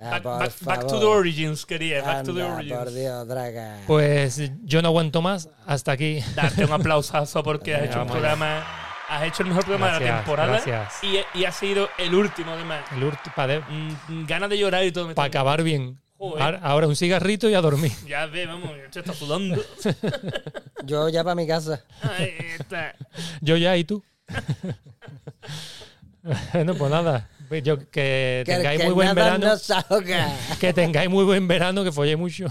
[SPEAKER 1] Ah,
[SPEAKER 3] Back,
[SPEAKER 1] por
[SPEAKER 3] back- back to
[SPEAKER 1] favor.
[SPEAKER 3] the origins, quería. Back to the
[SPEAKER 1] Anda,
[SPEAKER 3] origins.
[SPEAKER 1] Por Dios, Dragan.
[SPEAKER 2] Pues yo no aguanto más. Hasta aquí.
[SPEAKER 3] darte un aplausazo porque has
[SPEAKER 2] Venga,
[SPEAKER 3] hecho un
[SPEAKER 2] vamos
[SPEAKER 3] programa. Has hecho el mejor programa de la
[SPEAKER 2] Gracias,
[SPEAKER 3] temporada.
[SPEAKER 2] gracias.
[SPEAKER 3] Y, y ha sido el último, además.
[SPEAKER 2] Para
[SPEAKER 3] Mm, ganas de llorar y todo. me está-
[SPEAKER 2] acabar bien.
[SPEAKER 3] Joder.
[SPEAKER 2] Ahora- Ahora un cigarrito y a dormir.
[SPEAKER 3] Ya ve, vamos, esto está sudando.
[SPEAKER 2] Pues-
[SPEAKER 1] Yo ya para mi casa.
[SPEAKER 3] Ahí está.
[SPEAKER 2] Yo ya y tú. bueno, pues nada. Yo, que tengáis muy buen
[SPEAKER 1] nada
[SPEAKER 2] verano.
[SPEAKER 1] nos ahoga.
[SPEAKER 2] Que tengáis muy buen verano, que folléis mucho.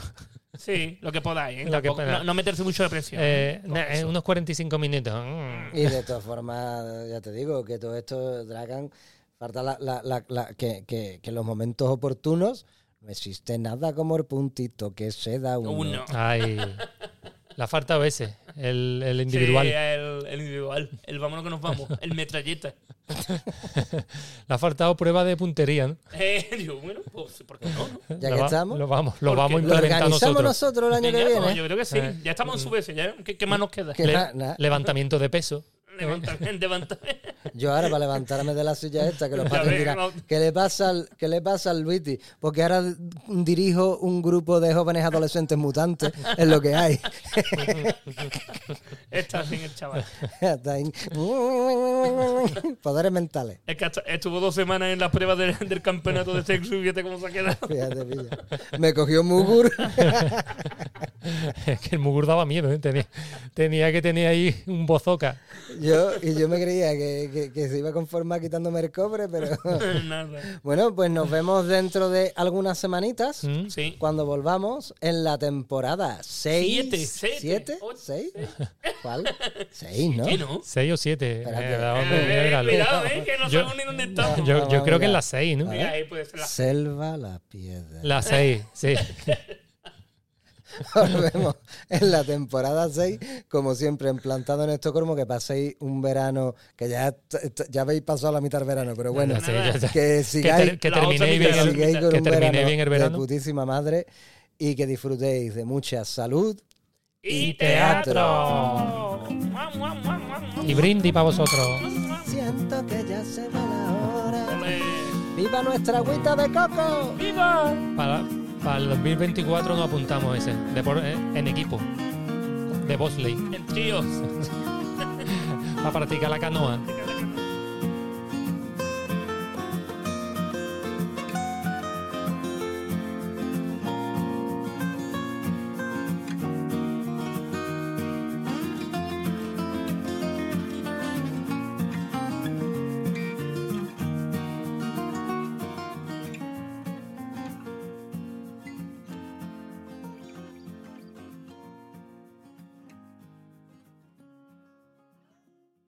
[SPEAKER 3] Sí, lo que podáis. ¿eh?
[SPEAKER 2] Lo que
[SPEAKER 3] Tampoco-
[SPEAKER 2] podáis.
[SPEAKER 3] no, no meterse mucho de presión.
[SPEAKER 2] Eh,
[SPEAKER 3] Con
[SPEAKER 2] na- eh,
[SPEAKER 3] eso.
[SPEAKER 2] unos 45 minutos. Mm.
[SPEAKER 1] Y de todas formas, ya te digo, que todo esto, Dragan, falta la, la- la- la- que, que- que en los momentos oportunos no existe nada como el puntito que se da uno.
[SPEAKER 3] Uno.
[SPEAKER 2] Ay. La falta a veces, el, el individual.
[SPEAKER 3] Sí, eh. el, el individual. El vámonos que nos vamos. El metralleta.
[SPEAKER 2] La ha faltado prueba de puntería, ¿no?
[SPEAKER 3] Eh, digo, bueno, pues, ¿por qué no? no?
[SPEAKER 1] Ya
[SPEAKER 2] Lo
[SPEAKER 1] que
[SPEAKER 2] va-
[SPEAKER 1] estamos,
[SPEAKER 2] Lo vamos, lo
[SPEAKER 3] Porque
[SPEAKER 2] vamos a
[SPEAKER 1] lo
[SPEAKER 2] implementar
[SPEAKER 1] organizamos
[SPEAKER 2] nosotros.
[SPEAKER 1] nosotros, el año que
[SPEAKER 3] Venga,
[SPEAKER 1] viene.
[SPEAKER 3] Yo creo que sí.
[SPEAKER 2] Eh.
[SPEAKER 3] Ya estamos en su vez. ¿ya? ¿Qué, qué más nos queda?
[SPEAKER 1] Que na- na-
[SPEAKER 2] Levantamiento de peso.
[SPEAKER 3] Levantamiento, levantamiento.
[SPEAKER 1] Yo ahora para levantarme de la silla esta, que los
[SPEAKER 3] Ya
[SPEAKER 1] padres
[SPEAKER 3] ves,
[SPEAKER 1] dirán,
[SPEAKER 3] no.
[SPEAKER 1] ¿qué le pasa al, qué le pasa al Luiti? Porque ahora dirijo un grupo de jóvenes adolescentes mutantes, es lo que hay.
[SPEAKER 3] Está bien el chaval.
[SPEAKER 1] Hasta ahí. Poderes mentales.
[SPEAKER 3] Es que hasta- estuvo dos semanas en las pruebas del, del campeonato de sexo y fíjate cómo se ha quedado.
[SPEAKER 1] Fíjate, pilla. Me cogió Mugur.
[SPEAKER 2] Es que el mugur daba miedo, ¿eh? tenía, tenía que tener ahí un bozoca.
[SPEAKER 1] Yo, y yo me creía que, que- que se iba a conformar quitándome el cobre, pero.
[SPEAKER 3] Nada.
[SPEAKER 1] Bueno, pues nos vemos dentro de algunas semanitas.
[SPEAKER 2] ¿Mm?
[SPEAKER 3] Sí.
[SPEAKER 1] Cuando volvamos en la temporada 6.
[SPEAKER 3] Siete, siete,
[SPEAKER 1] 7,
[SPEAKER 3] ocho,
[SPEAKER 1] 6. ¿Cuál? 6, ¿no?
[SPEAKER 3] ¿Qué no?
[SPEAKER 2] Seis o siete.
[SPEAKER 1] Espérate.
[SPEAKER 2] Eh, vamos,
[SPEAKER 3] Eh,
[SPEAKER 2] míralo.
[SPEAKER 3] cuidado, eh, que no
[SPEAKER 2] Yo-
[SPEAKER 3] sabemos ni dónde estamos.
[SPEAKER 2] Yo,
[SPEAKER 1] Vamos,
[SPEAKER 2] yo creo
[SPEAKER 1] venga.
[SPEAKER 2] que es las seis, ¿no?
[SPEAKER 3] Mira, ahí puede ser la
[SPEAKER 1] Selva la piedra.
[SPEAKER 2] Las seis, sí.
[SPEAKER 1] Volvemos en la temporada 6, como siempre, en Plantado en Estocolmo, que paséis un verano, que ya, t- t- ya habéis pasado la mitad del verano, pero bueno,
[SPEAKER 2] Sí, ya está.
[SPEAKER 1] que
[SPEAKER 2] Que,
[SPEAKER 1] sigáis,
[SPEAKER 2] ter- que
[SPEAKER 3] La otra
[SPEAKER 2] terminéis bien,
[SPEAKER 3] mitad,
[SPEAKER 1] que
[SPEAKER 3] la
[SPEAKER 2] el-
[SPEAKER 3] otra
[SPEAKER 1] sigáis con
[SPEAKER 2] que
[SPEAKER 1] un
[SPEAKER 2] terminéis
[SPEAKER 1] verano
[SPEAKER 2] bien el
[SPEAKER 1] de
[SPEAKER 2] verano.
[SPEAKER 1] putísima madre y que disfrutéis de mucha salud.
[SPEAKER 3] y
[SPEAKER 1] teatro.
[SPEAKER 3] teatro. Mua, mua, mua, mua, mua.
[SPEAKER 2] Y brindis para vosotros.
[SPEAKER 1] Siento que ya se va la hora.
[SPEAKER 3] Eh,
[SPEAKER 1] ¡Viva nuestra agüita de coco!
[SPEAKER 3] ¡Viva!
[SPEAKER 2] Para, para el 2024 nos apuntamos ese, de por- eh, en equipo, de Bosley,
[SPEAKER 3] En tríos.
[SPEAKER 2] para practicar la canoa.